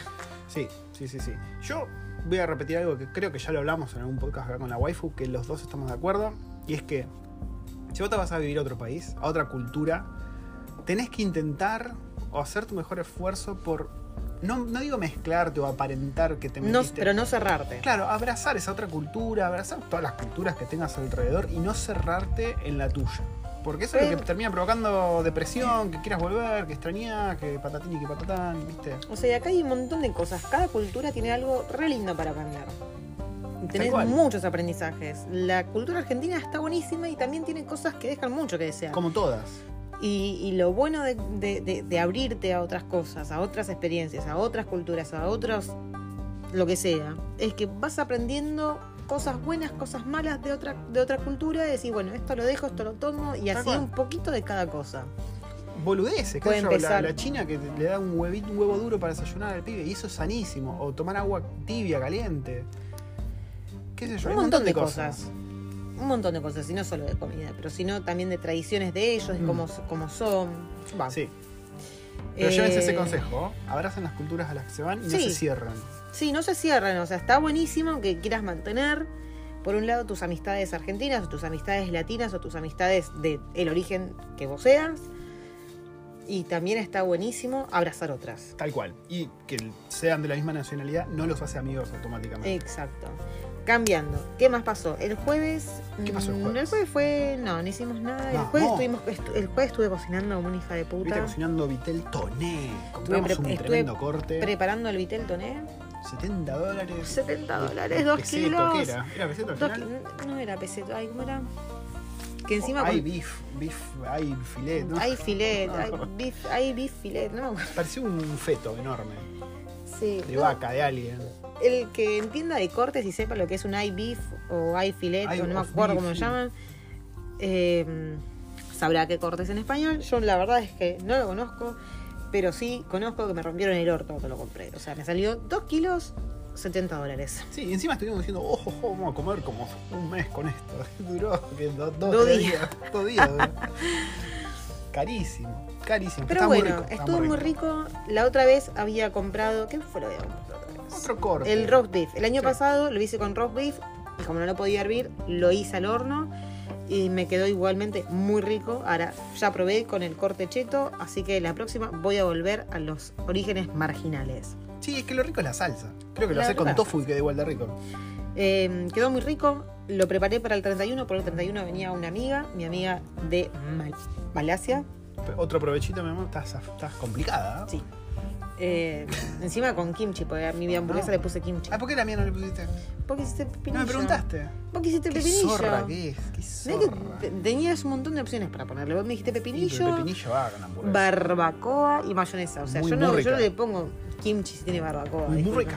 [SPEAKER 1] Sí, sí, sí, sí. Yo voy a repetir algo que creo que ya lo hablamos en algún podcast acá con la waifu, que los dos estamos de acuerdo, y es que si vos te vas a vivir a otro país, a otra cultura, tenés que intentar o hacer tu mejor esfuerzo por... No, no digo mezclarte o aparentar que te
[SPEAKER 2] No,
[SPEAKER 1] metiste.
[SPEAKER 2] pero no cerrarte.
[SPEAKER 1] Claro, abrazar esa otra cultura, abrazar todas las culturas que tengas alrededor y no cerrarte en la tuya. Porque eso es lo
[SPEAKER 2] Pero-
[SPEAKER 1] que termina provocando depresión, que quieras volver, que extrañás, que patatín y que patatán, ¿viste?
[SPEAKER 2] O sea, y acá hay un montón de cosas. Cada cultura tiene algo re lindo para aprender. Y Tenés
[SPEAKER 1] cual.
[SPEAKER 2] muchos aprendizajes. La cultura argentina está buenísima y también tiene cosas que dejan mucho que desear.
[SPEAKER 1] Como todas.
[SPEAKER 2] Y, y lo bueno de, de- de- de abrirte a otras cosas, a otras experiencias, a otras culturas, a otros, lo que sea, es que vas aprendiendo cosas buenas, cosas malas de otra, de otra cultura y decís, bueno, esto lo dejo, esto lo tomo y
[SPEAKER 1] Tal
[SPEAKER 2] así
[SPEAKER 1] cual.
[SPEAKER 2] un poquito de cada cosa.
[SPEAKER 1] Boludeces, qué
[SPEAKER 2] Puede
[SPEAKER 1] sé yo, la,
[SPEAKER 2] empezar.
[SPEAKER 1] la china que te- le da un huevito, un huevo duro para desayunar al pibe, y eso es sanísimo. O tomar agua tibia, caliente. Qué sé yo, hay
[SPEAKER 2] un montón de cosas. Un montón de cosas, y no solo de comida, pero sino también de tradiciones de ellos, de
[SPEAKER 1] Mm.
[SPEAKER 2] cómo, cómo son. Va.
[SPEAKER 1] Sí. Pero
[SPEAKER 2] Eh,
[SPEAKER 1] llévense ese consejo, ¿oh? abracen las culturas a las que se van y no
[SPEAKER 2] Sí.
[SPEAKER 1] se cierran.
[SPEAKER 2] Sí, no se cierran, o sea, está buenísimo que quieras mantener, por un lado, tus amistades argentinas, o tus amistades latinas, o tus amistades de el origen que vos seas. Y también está buenísimo abrazar otras.
[SPEAKER 1] Tal cual. Y que sean de la misma nacionalidad no los hace amigos
[SPEAKER 2] Eh,
[SPEAKER 1] automáticamente.
[SPEAKER 2] Exacto. Cambiando. ¿Qué más pasó? El jueves.
[SPEAKER 1] ¿Qué pasó el
[SPEAKER 2] mm,
[SPEAKER 1] jueves?
[SPEAKER 2] fue. No, no hicimos nada. El
[SPEAKER 1] Vamos.
[SPEAKER 2] jueves, estuvimos, estu- el jueves estuve cocinando como una hija de
[SPEAKER 1] Viste
[SPEAKER 2] puta.
[SPEAKER 1] cocinando Vitel Toné. Compramos
[SPEAKER 2] Estuve pre-
[SPEAKER 1] un
[SPEAKER 2] estuve
[SPEAKER 1] tremendo corte.
[SPEAKER 2] Preparando el vitel toné.
[SPEAKER 1] 70 dólares.
[SPEAKER 2] 70
[SPEAKER 1] de-
[SPEAKER 2] dólares,
[SPEAKER 1] de
[SPEAKER 2] 2
[SPEAKER 1] peseto,
[SPEAKER 2] kilos.
[SPEAKER 1] ¿qué era? ¿Era peseto al
[SPEAKER 2] Dos
[SPEAKER 1] final? Oh,
[SPEAKER 2] que- no era peseto, ay, ¿cómo era? Que encima
[SPEAKER 1] hay
[SPEAKER 2] con-
[SPEAKER 1] beef, beef, hay filet, ¿no?
[SPEAKER 2] hay filet,
[SPEAKER 1] No. *laughs*
[SPEAKER 2] hay beef, hay beef filet, no me acuerdo.
[SPEAKER 1] Parecía un feto enorme.
[SPEAKER 2] Sí,
[SPEAKER 1] De
[SPEAKER 2] no,
[SPEAKER 1] vaca, de alguien.
[SPEAKER 2] El que entienda de cortes y sepa lo que es un hay beef o hay filet,
[SPEAKER 1] Hay
[SPEAKER 2] o no me
[SPEAKER 1] of
[SPEAKER 2] acuerdo
[SPEAKER 1] beef,
[SPEAKER 2] cómo lo
[SPEAKER 1] sí.
[SPEAKER 2] llaman, eh, sabrá que cortes en español. Yo la verdad es que no lo conozco, pero sí conozco que me rompieron el orto cuando lo compré. O sea, me salió 2 kilos 70 dólares.
[SPEAKER 1] Sí, y encima estuvimos diciendo, oh, oh, oh, vamos a comer como un mes con esto. *laughs* Duró que do- dos,
[SPEAKER 2] Dos
[SPEAKER 1] tres
[SPEAKER 2] días.
[SPEAKER 1] Dos días.
[SPEAKER 2] *laughs*
[SPEAKER 1] duró. carísimo, carísimo.
[SPEAKER 2] Pero
[SPEAKER 1] Está muy
[SPEAKER 2] bueno,
[SPEAKER 1] rico, está
[SPEAKER 2] estuvo muy rico. La otra vez había comprado, ¿qué fue lo que habíamos comprado otra vez?
[SPEAKER 1] Otro corte.
[SPEAKER 2] El roast beef. El año
[SPEAKER 1] Sí.
[SPEAKER 2] pasado lo hice con roast beef y como no lo podía hervir, lo hice al horno y me quedó igualmente muy rico. Ahora ya probé con el corte cheto, así que la próxima voy a volver a los orígenes marginales.
[SPEAKER 1] Sí, es que lo rico es la salsa. Creo que lo
[SPEAKER 2] La
[SPEAKER 1] hace con
[SPEAKER 2] verdad.
[SPEAKER 1] tofu y queda igual de rico.
[SPEAKER 2] Eh, quedó muy rico, lo preparé para el 31, por el 31 venía una amiga, mi amiga de Mal- Malasia.
[SPEAKER 1] Pe- Otro provechito, mi amor, estás, estás complicada. ¿eh?
[SPEAKER 2] Sí. Eh, encima con kimchi, porque a mi hamburguesa
[SPEAKER 1] No.
[SPEAKER 2] le puse kimchi.
[SPEAKER 1] Ah, ¿por qué la mía no le pusiste?
[SPEAKER 2] ¿Por qué hiciste pepinillo?
[SPEAKER 1] No me preguntaste.
[SPEAKER 2] ¿Por qué hiciste
[SPEAKER 1] Qué
[SPEAKER 2] pepinillo?
[SPEAKER 1] zorra que es, qué
[SPEAKER 2] No es que
[SPEAKER 1] zorra.
[SPEAKER 2] te- tenías un montón de opciones para ponerle. Vos me dijiste
[SPEAKER 1] Sí,
[SPEAKER 2] pepinillo,
[SPEAKER 1] pero el pepinillo va con hamburguesa.
[SPEAKER 2] barbacoa y mayonesa. O sea,
[SPEAKER 1] Muy,
[SPEAKER 2] yo no,
[SPEAKER 1] muy
[SPEAKER 2] yo no
[SPEAKER 1] rica.
[SPEAKER 2] le pongo kimchi si tiene barbacoa.
[SPEAKER 1] Muy, muy
[SPEAKER 2] disculpa.
[SPEAKER 1] rica.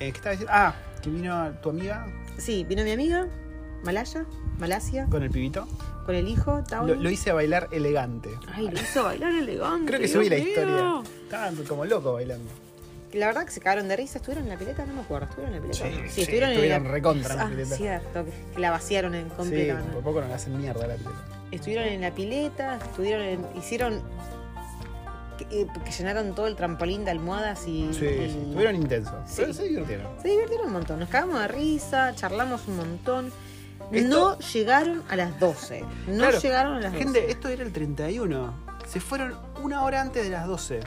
[SPEAKER 1] Eh, ¿Qué estaba diciendo? Ah, que vino tu amiga
[SPEAKER 2] Sí, vino mi amiga, Malaya, Malasia,
[SPEAKER 1] con el pibito.
[SPEAKER 2] con el hijo, Tao.
[SPEAKER 1] Lo, lo hice a bailar elegante.
[SPEAKER 2] Ay, lo hizo bailar elegante.
[SPEAKER 1] Creo que
[SPEAKER 2] Dios
[SPEAKER 1] subí la
[SPEAKER 2] mío.
[SPEAKER 1] historia. Estaban como locos bailando.
[SPEAKER 2] La verdad que se cagaron de risa. ¿Estuvieron en la pileta? No me acuerdo. ¿Estuvieron en la pileta?
[SPEAKER 1] Sí,
[SPEAKER 2] No.
[SPEAKER 1] sí,
[SPEAKER 2] estuvieron,
[SPEAKER 1] estuvieron
[SPEAKER 2] en la...
[SPEAKER 1] recontra en la
[SPEAKER 2] Ah,
[SPEAKER 1] pileta.
[SPEAKER 2] cierto, que- que la vaciaron en
[SPEAKER 1] Sí,
[SPEAKER 2] completamente.
[SPEAKER 1] por poco nos hacen mierda la pileta.
[SPEAKER 2] estuvieron en la pileta, estuvieron en- hicieron que, eh, que llenaron todo el trampolín de almohadas y,
[SPEAKER 1] Sí, sí,
[SPEAKER 2] y-
[SPEAKER 1] estuvieron intensos.
[SPEAKER 2] Sí.
[SPEAKER 1] Pero se divirtieron.
[SPEAKER 2] se divirtieron un montón, nos cagamos de risa, charlamos un montón.
[SPEAKER 1] Esto-
[SPEAKER 2] No llegaron a las 12. No
[SPEAKER 1] Claro,
[SPEAKER 2] llegaron a las 12.
[SPEAKER 1] Gente, esto era el 31. Se fueron una hora antes de las 12.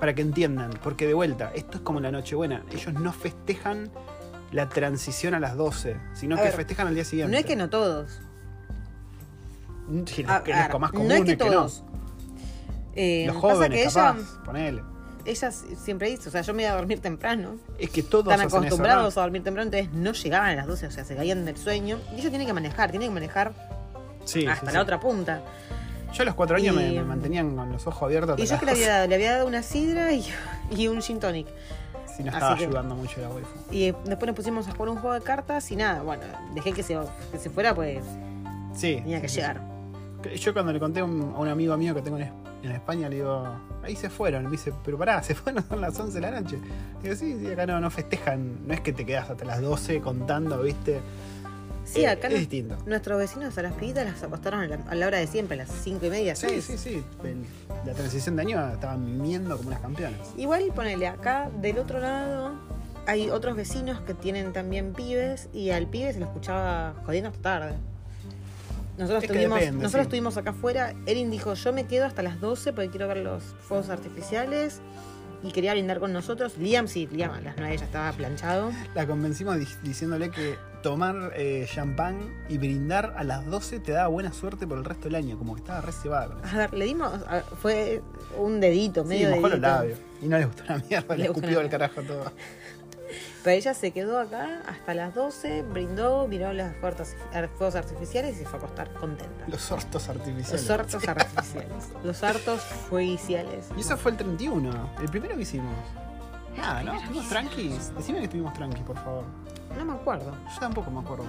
[SPEAKER 1] Para que entiendan, porque de vuelta, esto es como la Nochebuena. Ellos no festejan la transición a las 12, sino
[SPEAKER 2] A
[SPEAKER 1] que
[SPEAKER 2] ver,
[SPEAKER 1] festejan al día siguiente. Mm,
[SPEAKER 2] no es que no todos.
[SPEAKER 1] Sí, los,
[SPEAKER 2] A
[SPEAKER 1] que,
[SPEAKER 2] ver,
[SPEAKER 1] los más
[SPEAKER 2] no
[SPEAKER 1] comunes
[SPEAKER 2] es que todos.
[SPEAKER 1] que
[SPEAKER 2] Eh,
[SPEAKER 1] no. Los
[SPEAKER 2] pasa
[SPEAKER 1] jóvenes,
[SPEAKER 2] que
[SPEAKER 1] capaz,
[SPEAKER 2] ella,
[SPEAKER 1] ponele.
[SPEAKER 2] ella siempre dice, o sea, yo me iba a dormir temprano.
[SPEAKER 1] Es que todos
[SPEAKER 2] están
[SPEAKER 1] hacen eso, ¿no?
[SPEAKER 2] acostumbrados a dormir temprano, entonces no llegaban a las 12, o sea, se caían del sueño. Y ella tiene que manejar, tiene que manejar
[SPEAKER 1] Sí, sí,
[SPEAKER 2] hasta
[SPEAKER 1] sí.
[SPEAKER 2] la otra punta.
[SPEAKER 1] Yo a los cuatro años me,
[SPEAKER 2] Y-
[SPEAKER 1] me mantenían con los ojos abiertos. hasta
[SPEAKER 2] Y yo
[SPEAKER 1] las *laughs*
[SPEAKER 2] que le había
[SPEAKER 1] 12.
[SPEAKER 2] dado, le había dado una sidra y, *laughs* y un gin tonic.
[SPEAKER 1] Si no
[SPEAKER 2] así
[SPEAKER 1] estaba
[SPEAKER 2] que-
[SPEAKER 1] ayudando mucho la waifu.
[SPEAKER 2] Y eh, después nos pusimos a jugar un juego de cartas y nada, bueno, dejé que se, que se fuera, pues
[SPEAKER 1] Sí.
[SPEAKER 2] tenía que
[SPEAKER 1] sí, sí,
[SPEAKER 2] llegar.
[SPEAKER 1] sí. Yo cuando le conté a un, a un amigo mío que tengo en, Es- en España, le digo, ahí se fueron. Me dice, pero pará, se *laughs* fueron son las 11 de la noche. Digo, sí, sí, acá no, no festejan. No es que te quedas hasta las 12 contando, ¿viste?
[SPEAKER 2] Sí,
[SPEAKER 1] Eh,
[SPEAKER 2] acá
[SPEAKER 1] Es
[SPEAKER 2] nos-
[SPEAKER 1] distinto.
[SPEAKER 2] nuestros vecinos a las pibitas las acostaron a la, a la hora de siempre, a las 5 y media,
[SPEAKER 1] Sí,
[SPEAKER 2] seis.
[SPEAKER 1] sí, sí. El- la transición de año estaban mimiendo como unas campeonas.
[SPEAKER 2] Igual ponele acá del otro lado hay otros vecinos que tienen también pibes y al pibe se lo escuchaba jodiendo hasta tarde. Nosotros,
[SPEAKER 1] Es que
[SPEAKER 2] estuvimos,
[SPEAKER 1] depende,
[SPEAKER 2] nosotros
[SPEAKER 1] sí.
[SPEAKER 2] estuvimos acá afuera, Erin dijo, yo me quedo hasta las 12 porque quiero ver los fuegos artificiales y quería brindar con nosotros. Liam sí, Liam a las 9 ya estaba planchado.
[SPEAKER 1] La convencimos di- diciéndole que tomar eh, champán y brindar a las 12 te da buena suerte por el resto del año, como que estaba recibada con eso.
[SPEAKER 2] A ver, le dimos, a- fue un dedito,
[SPEAKER 1] Sí,
[SPEAKER 2] medio
[SPEAKER 1] mojó
[SPEAKER 2] dedito.
[SPEAKER 1] los labios. Y no le gustó una mierda,
[SPEAKER 2] Le
[SPEAKER 1] le,
[SPEAKER 2] gustó
[SPEAKER 1] escupió
[SPEAKER 2] una
[SPEAKER 1] el carajo todo.
[SPEAKER 2] Pero ella se quedó acá hasta las 12, brindó, miró los fuertes- ar- fuegos artificiales y se fue a acostar contenta.
[SPEAKER 1] Los hortos artificiales.
[SPEAKER 2] Los
[SPEAKER 1] *laughs*
[SPEAKER 2] hartos artificiales. Los hartos fuegiciales.
[SPEAKER 1] Y eso fue el 31, el primero que hicimos. Nada, ¿no? ¿Estuvimos tranquis? Decime que estuvimos tranquis, por favor.
[SPEAKER 2] No me acuerdo.
[SPEAKER 1] Yo tampoco me acuerdo.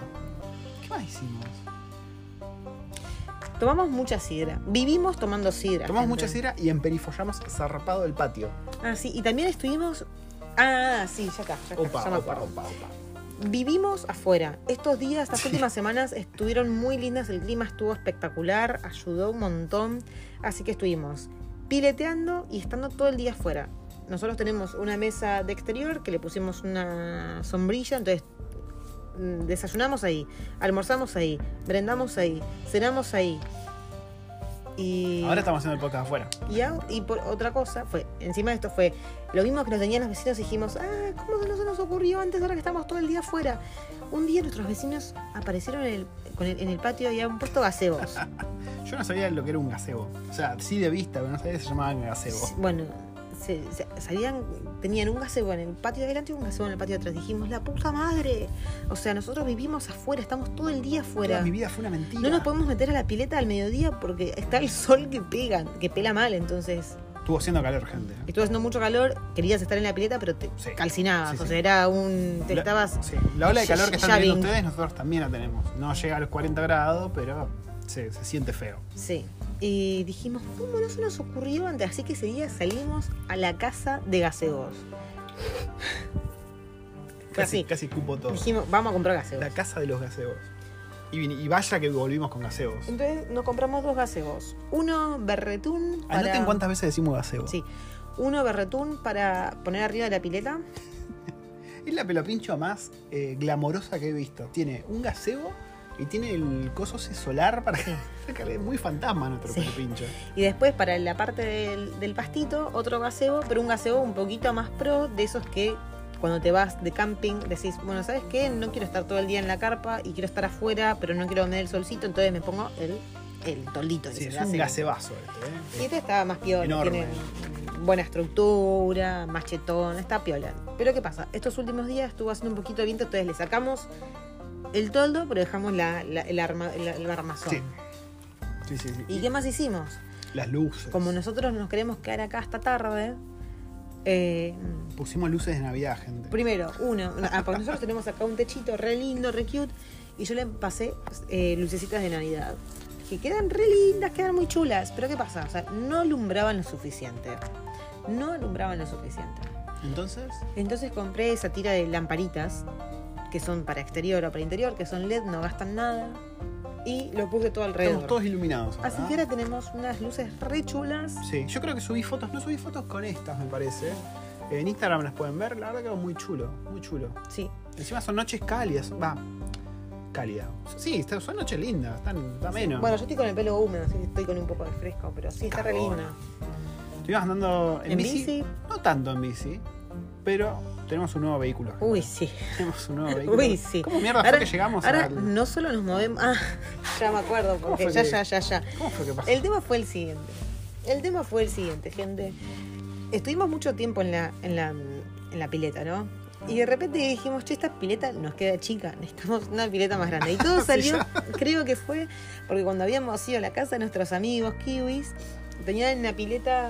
[SPEAKER 1] ¿Qué más hicimos?
[SPEAKER 2] Tomamos mucha sidra. Vivimos tomando sidra.
[SPEAKER 1] Tomamos
[SPEAKER 2] gente.
[SPEAKER 1] mucha sidra y emperifollamos zarpado del patio.
[SPEAKER 2] Ah, sí. Y también estuvimos. Ah, sí, ya está. Ya, está,
[SPEAKER 1] Opa,
[SPEAKER 2] ya me
[SPEAKER 1] opa,
[SPEAKER 2] acuerdo.
[SPEAKER 1] opa, opa.
[SPEAKER 2] Vivimos afuera. Estos días, estas
[SPEAKER 1] Sí.
[SPEAKER 2] últimas semanas, estuvieron muy lindas. El clima estuvo espectacular. Ayudó un montón. Así que estuvimos pileteando y estando todo el día afuera. Nosotros tenemos una mesa de exterior que le pusimos una sombrilla. Entonces mm, desayunamos ahí, almorzamos ahí, brendamos ahí, cenamos ahí. Y
[SPEAKER 1] Ahora estamos haciendo el podcast afuera.
[SPEAKER 2] y, au- y por otra cosa fue, encima de esto fue, lo mismo que nos tenían los vecinos, dijimos, ah, ¿cómo que no se nos ocurrió antes ahora que estamos todo el día afuera? Un día nuestros vecinos aparecieron en el, con el- en el patio y habían puesto
[SPEAKER 1] *laughs*
[SPEAKER 2] gazebos.
[SPEAKER 1] Yo no sabía lo que era un gazebo. O sea, sí de vista, pero no sabía que se llamaban gazebo.
[SPEAKER 2] S- bueno, se, se- salían, tenían un gazebo en el patio de adelante y un gazebo en el patio de atrás. Dijimos, la puta madre. O sea, nosotros vivimos afuera, estamos todo el día afuera.
[SPEAKER 1] Toda mi vida fue una mentira.
[SPEAKER 2] No nos podemos meter a la pileta al mediodía porque está el sol que pega, que pela mal, entonces
[SPEAKER 1] Estuvo haciendo calor, gente. ¿eh?
[SPEAKER 2] Estuvo haciendo mucho calor, querías estar en la pileta, pero te
[SPEAKER 1] Sí.
[SPEAKER 2] calcinabas.
[SPEAKER 1] Sí,
[SPEAKER 2] o
[SPEAKER 1] sí.
[SPEAKER 2] sea, era un. Te
[SPEAKER 1] La-
[SPEAKER 2] estabas.
[SPEAKER 1] sí, La ola de calor que están teniendo
[SPEAKER 2] Shaving.
[SPEAKER 1] ustedes, nosotros también la tenemos. No llega a los 40 grados, pero se, se siente feo.
[SPEAKER 2] Sí. Y dijimos, ¿cómo no se nos ocurrió antes? Así que ese día salimos a la casa de gaseos. Fue
[SPEAKER 1] Casi,
[SPEAKER 2] así.
[SPEAKER 1] casi cupo todo.
[SPEAKER 2] Dijimos, vamos a comprar gaseos.
[SPEAKER 1] La casa de los gaseos. Y, vin- y vaya que volvimos con gaseos.
[SPEAKER 2] Entonces nos compramos dos gaseos. Uno berretún. Para...
[SPEAKER 1] Anoten cuántas veces decimos gaseo.
[SPEAKER 2] Sí. Uno berretún para poner arriba de la pileta.
[SPEAKER 1] Es la pelopincho más eh, glamorosa que he visto. Tiene un gaseo y tiene el coso ese solar para *laughs* sacarle muy fantasma a nuestro
[SPEAKER 2] Sí.
[SPEAKER 1] pelopincho.
[SPEAKER 2] Y después para la parte del, del pastito, otro gaseo, pero un gaseo un poquito más pro de esos que cuando te vas de camping decís, bueno, ¿sabes qué? No quiero estar todo el día en la carpa y quiero estar afuera, pero no quiero donde el solcito, entonces me pongo el, el tolito. que
[SPEAKER 1] Sí,
[SPEAKER 2] se
[SPEAKER 1] es
[SPEAKER 2] hace.
[SPEAKER 1] un gasebazo este,
[SPEAKER 2] Y
[SPEAKER 1] ¿eh?
[SPEAKER 2] este está más piola,
[SPEAKER 1] Enorme.
[SPEAKER 2] tiene buena estructura, más chetón, está piola. Pero ¿qué pasa? Estos últimos días estuvo haciendo un poquito de viento, entonces le sacamos el toldo, pero dejamos la, la- el, arma, el, el armazón.
[SPEAKER 1] Sí. Sí, sí, sí.
[SPEAKER 2] ¿Y qué más hicimos?
[SPEAKER 1] Las luces.
[SPEAKER 2] como nosotros nos queremos quedar acá hasta tarde, eh,
[SPEAKER 1] Pusimos luces de Navidad, gente.
[SPEAKER 2] primero, uno, una- ah, porque nosotros tenemos acá un techito re lindo, re cute, y yo le pasé eh, lucecitas de Navidad, que quedan re lindas, quedan muy chulas, pero ¿qué pasa? O sea, no alumbraban lo suficiente, no alumbraban lo suficiente.
[SPEAKER 1] Entonces,
[SPEAKER 2] Entonces compré esa tira de lamparitas, que son para exterior o para interior, que son LED, no gastan nada, y lo puse todo alrededor.
[SPEAKER 1] estamos todos iluminados. ¿ah?
[SPEAKER 2] Así
[SPEAKER 1] ¿verdad?
[SPEAKER 2] que ahora tenemos unas luces re chulas.
[SPEAKER 1] Sí, yo creo que subí fotos, no subí fotos con estas, me parece. En Instagram las pueden ver, la verdad quedó muy chulo, muy chulo.
[SPEAKER 2] Sí,
[SPEAKER 1] Encima son noches cálidas, va, cálida. Sí, está- son noches lindas, están, está menos.
[SPEAKER 2] Bueno, yo estoy con el pelo húmedo, así que estoy con un poco de fresco, pero sí, está re
[SPEAKER 1] Cagón.
[SPEAKER 2] linda.
[SPEAKER 1] Estuvimos andando en,
[SPEAKER 2] ¿En
[SPEAKER 1] bici?
[SPEAKER 2] bici?
[SPEAKER 1] no tanto en bici, pero tenemos un nuevo vehículo. gente.
[SPEAKER 2] Uy, sí.
[SPEAKER 1] *laughs* Tenemos un nuevo vehículo.
[SPEAKER 2] *laughs* Uy, sí.
[SPEAKER 1] ¿Cómo mierda fue
[SPEAKER 2] Ahora-
[SPEAKER 1] que llegamos
[SPEAKER 2] Ahora
[SPEAKER 1] al-
[SPEAKER 2] no solo nos movemos. Ah, ya me acuerdo,
[SPEAKER 1] ¿Cómo
[SPEAKER 2] porque
[SPEAKER 1] fue
[SPEAKER 2] ya,
[SPEAKER 1] que-
[SPEAKER 2] ya, ya, ya.
[SPEAKER 1] ¿Cómo fue que pasó?
[SPEAKER 2] El tema fue el siguiente. El tema fue el siguiente, gente. Estuvimos mucho tiempo en la, en la, en la pileta, ¿no? Y de repente dijimos, che, esta pileta nos queda chica, necesitamos una pileta más grande. Y
[SPEAKER 1] *laughs*
[SPEAKER 2] todo
[SPEAKER 1] Sí,
[SPEAKER 2] salió,
[SPEAKER 1] ya.
[SPEAKER 2] creo que fue, porque cuando habíamos ido a la casa de nuestros amigos kiwis, tenían una pileta,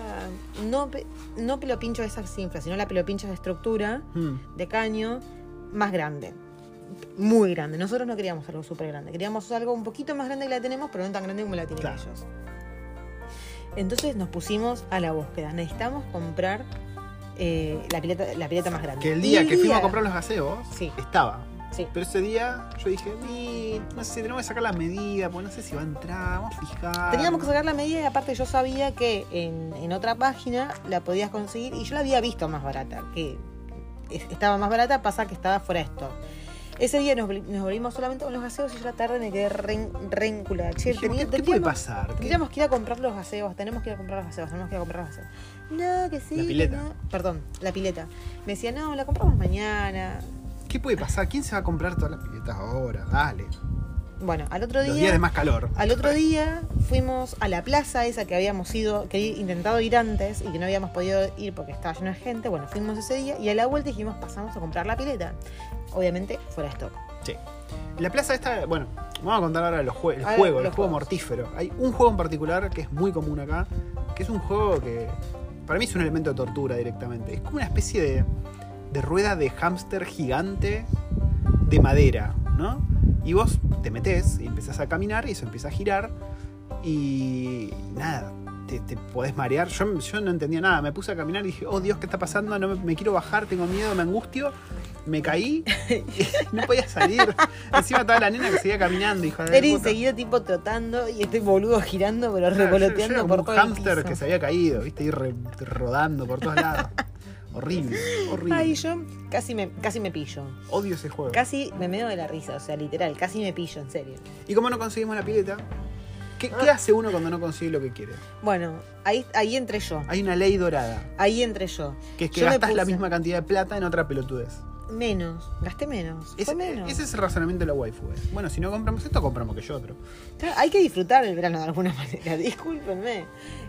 [SPEAKER 2] no, pe- no pelo pincho de esa sinfla, sino la pelo pincho de estructura,
[SPEAKER 1] Hmm.
[SPEAKER 2] de caño, más grande. Muy grande. Nosotros no queríamos algo súper grande. Queríamos algo un poquito más grande que la tenemos, pero no tan grande como la tienen
[SPEAKER 1] Claro.
[SPEAKER 2] ellos. Entonces nos pusimos a la búsqueda. Necesitamos comprar eh, la, pileta, la pileta más grande.
[SPEAKER 1] Que el
[SPEAKER 2] Y
[SPEAKER 1] día que fuimos a comprar los gaseos,
[SPEAKER 2] Sí.
[SPEAKER 1] estaba.
[SPEAKER 2] Sí.
[SPEAKER 1] Pero ese día yo dije, "Ni, no sé, tenemos que sacar la medida, pues no sé si va a entrar, vamos a fijar.
[SPEAKER 2] Teníamos que sacar la medida y aparte yo sabía que en, en otra página la podías conseguir y yo la había visto más barata, que es- estaba más barata, pasa que estaba fuera de stock. Ese día nos, vol- nos volvimos solamente con los gaseos y yo la tarde me quedé re- re enculada. Che,
[SPEAKER 1] Dije, ¿qué,
[SPEAKER 2] tenía-
[SPEAKER 1] qué puede
[SPEAKER 2] tendríamos-
[SPEAKER 1] pasar? ¿Qué-
[SPEAKER 2] Tendríamos que ir a comprar los gaseos, tenemos que ir a comprar los gaseos, tenemos que ir a comprar los gaseos. No, que sí.
[SPEAKER 1] La
[SPEAKER 2] que
[SPEAKER 1] pileta.
[SPEAKER 2] no. Perdón, la pileta. Me decía, no, la compramos mañana.
[SPEAKER 1] ¿Qué puede pasar? ¿Quién se va a comprar todas las piletas ahora? Dale.
[SPEAKER 2] Bueno, al otro
[SPEAKER 1] Los
[SPEAKER 2] día.
[SPEAKER 1] días de más calor.
[SPEAKER 2] Al otro día fuimos a la plaza esa que habíamos ido, que había intentado ir antes y que no habíamos podido ir porque estaba lleno de gente. Bueno, fuimos ese día y a la vuelta dijimos, pasamos a comprar la pileta. Obviamente, fuera de stock.
[SPEAKER 1] Sí. La plaza esta, bueno, vamos a contar ahora los jue- el
[SPEAKER 2] Ahora
[SPEAKER 1] juego, el
[SPEAKER 2] los
[SPEAKER 1] juego
[SPEAKER 2] juegos.
[SPEAKER 1] mortífero. Hay un juego en particular que es muy común acá, que es un juego que para mí es un elemento de tortura directamente. Es como una especie de, de rueda de hámster gigante de madera, ¿no? Y vos te metés y empezás a caminar y eso empieza a girar y nada, te, te podés marear. Yo, yo no entendía nada, me puse a caminar y dije, oh Dios, ¿qué está pasando? No me, me quiero bajar, tengo miedo, me angustio. Me caí, *laughs* no podía
[SPEAKER 2] *laughs*
[SPEAKER 1] salir. Encima estaba la nena que seguía caminando, hija de
[SPEAKER 2] Era
[SPEAKER 1] puta.
[SPEAKER 2] enseguida tipo trotando y este boludo girando, pero
[SPEAKER 1] Claro, yo- yo era
[SPEAKER 2] revoloteando
[SPEAKER 1] como
[SPEAKER 2] por
[SPEAKER 1] un
[SPEAKER 2] todo
[SPEAKER 1] hámster
[SPEAKER 2] el
[SPEAKER 1] que
[SPEAKER 2] piso.
[SPEAKER 1] se había caído, viste, ir re- rodando por todos lados. horrible, horrible.
[SPEAKER 2] Ay, yo casi me, casi me pillo.
[SPEAKER 1] Odio ese juego.
[SPEAKER 2] Casi me medio de la risa, o sea, literal, casi me pillo, en serio.
[SPEAKER 1] Y como no conseguimos la pileta, ¿qué, qué
[SPEAKER 2] Ah.
[SPEAKER 1] hace uno cuando no consigue lo que quiere?
[SPEAKER 2] Bueno, ahí, ahí entré yo.
[SPEAKER 1] Hay una ley dorada,
[SPEAKER 2] Ahí entré yo.
[SPEAKER 1] que es que
[SPEAKER 2] Yo me
[SPEAKER 1] gastas la
[SPEAKER 2] puse-
[SPEAKER 1] misma cantidad de plata en otra pelotudez.
[SPEAKER 2] Menos, gasté menos.
[SPEAKER 1] Ese,
[SPEAKER 2] fue menos.
[SPEAKER 1] ese es el razonamiento de la waifu. eh. Bueno, si no compramos esto, compramos que yo otro.
[SPEAKER 2] Claro, Hay que disfrutar el verano de alguna *laughs* manera, discúlpenme.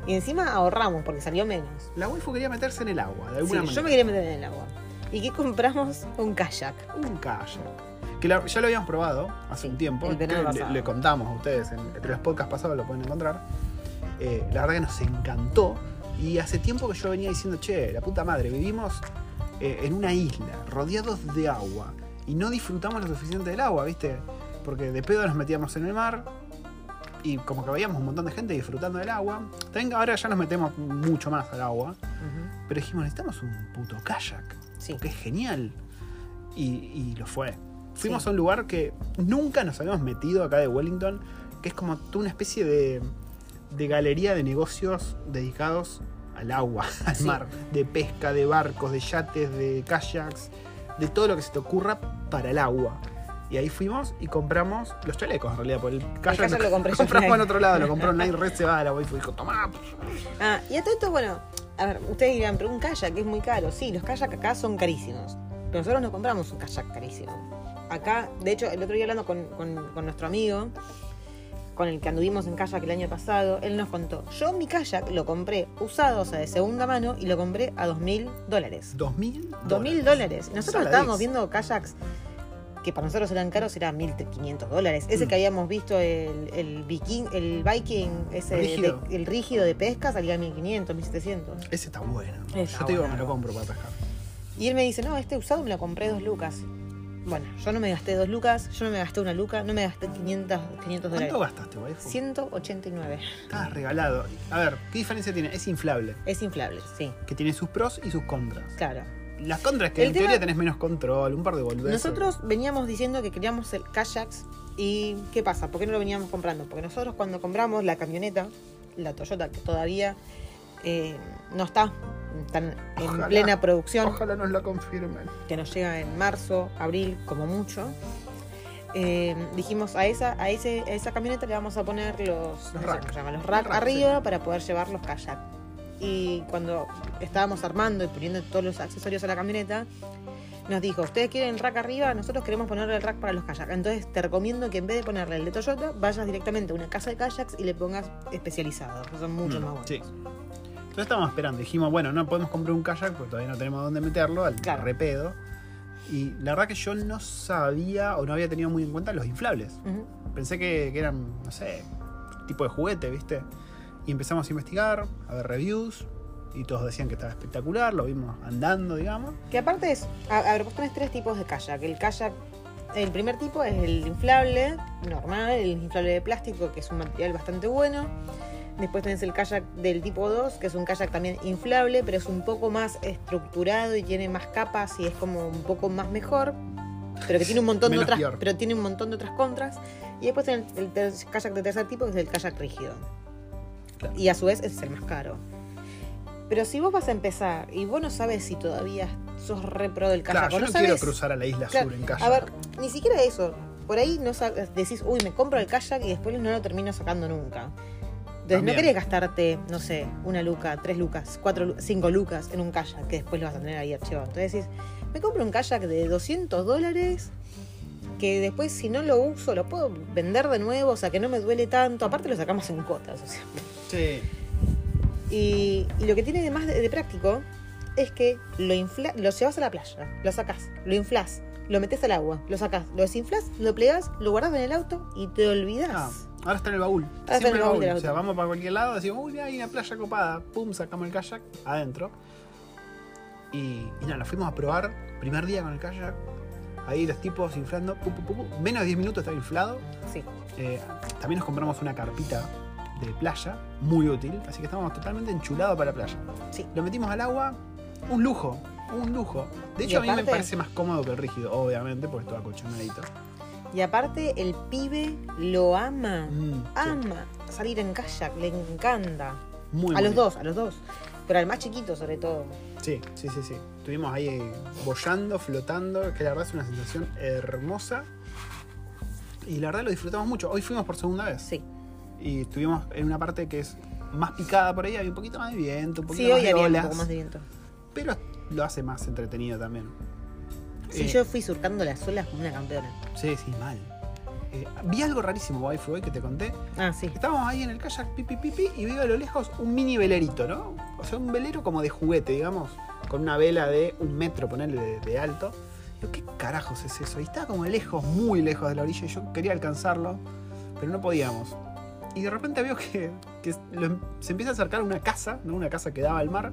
[SPEAKER 2] Y encima ahorramos porque salió menos.
[SPEAKER 1] La waifu quería meterse en el agua, de
[SPEAKER 2] Sí,
[SPEAKER 1] alguna
[SPEAKER 2] yo me
[SPEAKER 1] manera.
[SPEAKER 2] quería meter en el agua. ¿Y qué compramos? Un kayak.
[SPEAKER 1] Un kayak. Que la- ya lo habíamos probado hace
[SPEAKER 2] Sí,
[SPEAKER 1] un tiempo.
[SPEAKER 2] el verano
[SPEAKER 1] Creo que le,
[SPEAKER 2] pasado.
[SPEAKER 1] le contamos a ustedes, en, entre los podcasts pasados lo pueden encontrar. Eh, la verdad que nos encantó. Y hace tiempo que yo venía diciendo, che, la puta madre, vivimos eh, en una isla, rodeados de agua, y no disfrutamos lo suficiente del agua, ¿viste? Porque de pedo nos metíamos en el mar, y como que veíamos un montón de gente disfrutando del agua. También ahora ya nos metemos mucho más al agua,
[SPEAKER 2] Ujú.
[SPEAKER 1] pero dijimos, necesitamos un puto kayak,
[SPEAKER 2] Sí.
[SPEAKER 1] porque es genial. Y, y lo fue. Fuimos
[SPEAKER 2] Sí.
[SPEAKER 1] a un lugar que nunca nos habíamos metido acá de Wellington, que es como toda una especie de, de galería de negocios dedicados al agua, *laughs* al
[SPEAKER 2] Sí.
[SPEAKER 1] mar, de pesca, de barcos, de yates, de kayaks, de todo lo que se te ocurra para el agua. Y ahí fuimos y compramos los chalecos en realidad, por el kayak,
[SPEAKER 2] kayak lo compré yo
[SPEAKER 1] compramos en
[SPEAKER 2] online.
[SPEAKER 1] otro lado, lo
[SPEAKER 2] *laughs*
[SPEAKER 1] compró online, red se va a la waifu y dijo, tomá.
[SPEAKER 2] Ah, y a todo esto, bueno, a ver, ustedes dirán, pero un kayak es muy caro. Sí, los kayak acá son carísimos. Pero nosotros no compramos un kayak carísimo. Acá, de hecho, el otro día hablando con, con- con nuestro amigo, con el que anduvimos en kayak el año pasado, él nos contó, yo mi kayak lo compré usado, o sea, de segunda mano, y lo compré a dos mil dólares.
[SPEAKER 1] Dos mil
[SPEAKER 2] Dos mil dólares. Nosotros
[SPEAKER 1] Saladix.
[SPEAKER 2] estábamos viendo kayaks que para nosotros eran caros, eran 1.500 dólares. Ese
[SPEAKER 1] Mm.
[SPEAKER 2] que habíamos visto, el, el, viking, el viking, ese de-
[SPEAKER 1] Rígido.
[SPEAKER 2] el rígido de pesca, salía 1.500, 1.700.
[SPEAKER 1] Ese está bueno.
[SPEAKER 2] Está
[SPEAKER 1] yo te digo que me
[SPEAKER 2] bueno.
[SPEAKER 1] lo compro para pescar.
[SPEAKER 2] Y él me dice, no, este usado me lo compré dos lucas. Bueno, yo no me gasté dos lucas, yo no me gasté una luca, no me gasté 500, 500 dólares.
[SPEAKER 1] ¿Cuánto gastaste, waifu?
[SPEAKER 2] 189.
[SPEAKER 1] Estaba regalado. A ver, ¿qué diferencia tiene? Es inflable,
[SPEAKER 2] Es inflable, sí,
[SPEAKER 1] que tiene sus pros y sus contras.
[SPEAKER 2] claro.
[SPEAKER 1] Las contras que
[SPEAKER 2] El
[SPEAKER 1] en
[SPEAKER 2] tema-
[SPEAKER 1] teoría tenés menos control, un par de boludeces.
[SPEAKER 2] Nosotros veníamos diciendo que queríamos el kayaks y ¿qué pasa? ¿Por qué no lo veníamos comprando? Porque nosotros cuando compramos la camioneta, la Toyota, que todavía eh, no está tan en
[SPEAKER 1] Ojalá.
[SPEAKER 2] plena producción,
[SPEAKER 1] Ojalá nos la confirmen.
[SPEAKER 2] que nos llega en marzo, abril, como mucho, eh, dijimos a esa, a, ese, a esa camioneta le vamos a poner los, no sé
[SPEAKER 1] rack.
[SPEAKER 2] cómo se llama, los rack
[SPEAKER 1] Los rack,
[SPEAKER 2] arriba
[SPEAKER 1] sí.
[SPEAKER 2] para poder llevar los kayak. Y cuando estábamos armando y poniendo todos los accesorios a la camioneta, nos dijo, ustedes quieren el rack arriba, nosotros queremos ponerle el rack para los kayak. Entonces te recomiendo que en vez de ponerle el de Toyota, vayas directamente a una casa de kayaks y le pongas especializado, que son mucho
[SPEAKER 1] Mm,
[SPEAKER 2] más buenos.
[SPEAKER 1] Sí. Entonces estábamos esperando. Dijimos, bueno, no podemos comprar un kayak porque todavía no tenemos dónde meterlo, al
[SPEAKER 2] Claro.
[SPEAKER 1] repedo. Y la verdad que yo no sabía o no había tenido muy en cuenta los inflables.
[SPEAKER 2] Ujú.
[SPEAKER 1] Pensé que, que eran, no sé, tipo de juguete, ¿viste? Y empezamos a investigar, a ver reviews, y todos decían que estaba espectacular, lo vimos andando, digamos.
[SPEAKER 2] Que aparte es, a, a ver, vos tenés tres tipos de kayak. El kayak, el primer tipo es el inflable normal, el inflable de plástico, que es un material bastante bueno. Después tenés el kayak del tipo 2, que es un kayak también inflable, pero es un poco más estructurado y tiene más capas y es como un poco más mejor. Pero que tiene un montón de
[SPEAKER 1] Menos
[SPEAKER 2] otras,
[SPEAKER 1] peor.
[SPEAKER 2] pero tiene un montón de otras contras. Y después tenés el, ter- kayak de tercer tipo, que es el kayak rígido.
[SPEAKER 1] Claro.
[SPEAKER 2] Y a su vez ese es el más caro. Pero si vos vas a empezar y vos no sabes si todavía sos repro del
[SPEAKER 1] Claro,
[SPEAKER 2] kayak,
[SPEAKER 1] yo
[SPEAKER 2] o
[SPEAKER 1] no,
[SPEAKER 2] no
[SPEAKER 1] quiero
[SPEAKER 2] sabes-
[SPEAKER 1] cruzar a la isla
[SPEAKER 2] Claro,
[SPEAKER 1] sur en kayak.
[SPEAKER 2] A ver, ni siquiera eso. Por ahí no sabes, decís, uy, me compro el kayak y después no lo termino sacando nunca. Entonces
[SPEAKER 1] También.
[SPEAKER 2] no querés gastarte, no sé, una luca, tres lucas, cuatro, lu- cinco lucas en un kayak que después lo vas a tener ahí archivado. Entonces decís, me compro un kayak de 200 dólares que después si no lo uso lo puedo vender de nuevo, o sea que no me duele tanto. Aparte lo sacamos en cuotas, o sea.
[SPEAKER 1] Sí.
[SPEAKER 2] Y, y lo que tiene de más de, de práctico es que lo, infla, lo llevas a la playa, lo sacás, lo inflás, lo metes al agua, lo sacás, lo desinflás, lo plegás, lo guardás en el auto y te olvidás.
[SPEAKER 1] Ah, ahora está en el baúl.
[SPEAKER 2] está en
[SPEAKER 1] Siempre
[SPEAKER 2] el
[SPEAKER 1] el
[SPEAKER 2] baúl
[SPEAKER 1] baúl.
[SPEAKER 2] del
[SPEAKER 1] O sea,
[SPEAKER 2] auto.
[SPEAKER 1] vamos para cualquier lado, decimos, uy, hay una playa copada. Pum, sacamos el kayak adentro. Y, y nada, lo fuimos a probar. Primer día con el kayak. Ahí los tipos inflando. pum, pum, pum, pum. Menos de 10 minutos estaba inflado.
[SPEAKER 2] Sí.
[SPEAKER 1] Eh, también nos compramos una carpita de playa, muy útil, así que estábamos totalmente enchulados para la playa.
[SPEAKER 2] Sí.
[SPEAKER 1] Lo metimos al agua, un lujo, un lujo. De
[SPEAKER 2] Y
[SPEAKER 1] hecho, a mí me
[SPEAKER 2] aparte-
[SPEAKER 1] parece más cómodo que el rígido, obviamente, porque estaba cochonadito.
[SPEAKER 2] Y aparte el pibe lo ama,
[SPEAKER 1] Mm, sí,
[SPEAKER 2] ama salir en kayak, le encanta.
[SPEAKER 1] muy
[SPEAKER 2] a los
[SPEAKER 1] bonito.
[SPEAKER 2] dos, a los dos. Pero al más chiquito sobre todo.
[SPEAKER 1] Sí, sí, sí, sí. Estuvimos ahí eh, boyando, flotando, que la verdad es una sensación hermosa. Y la verdad lo disfrutamos mucho. Hoy fuimos por segunda vez.
[SPEAKER 2] Sí.
[SPEAKER 1] Y estuvimos en una parte que es más picada por ahí, había un poquito más de viento, un poquito
[SPEAKER 2] Sí,
[SPEAKER 1] más
[SPEAKER 2] hoy
[SPEAKER 1] de
[SPEAKER 2] haría un
[SPEAKER 1] olas.
[SPEAKER 2] poco más de viento.
[SPEAKER 1] pero lo hace más entretenido también.
[SPEAKER 2] Sí,
[SPEAKER 1] Eh,
[SPEAKER 2] yo fui surcando las olas como una campeona.
[SPEAKER 1] Sí, sí, mal. Eh, vi algo rarísimo, waifu, hoy que te conté.
[SPEAKER 2] Ah, sí.
[SPEAKER 1] Estábamos ahí en el kayak, pipi, pipi, y veo a lo lejos un mini velerito, ¿no? O sea, un velero como de juguete, digamos, con una vela de un metro, ponerle de, de alto. Digo, ¿qué carajos es eso? Y estaba como lejos, muy lejos de la orilla, y yo quería alcanzarlo, pero no podíamos. Y de repente veo que, que lo- em, se empieza a acercar a una casa, ¿no? una casa que daba al mar,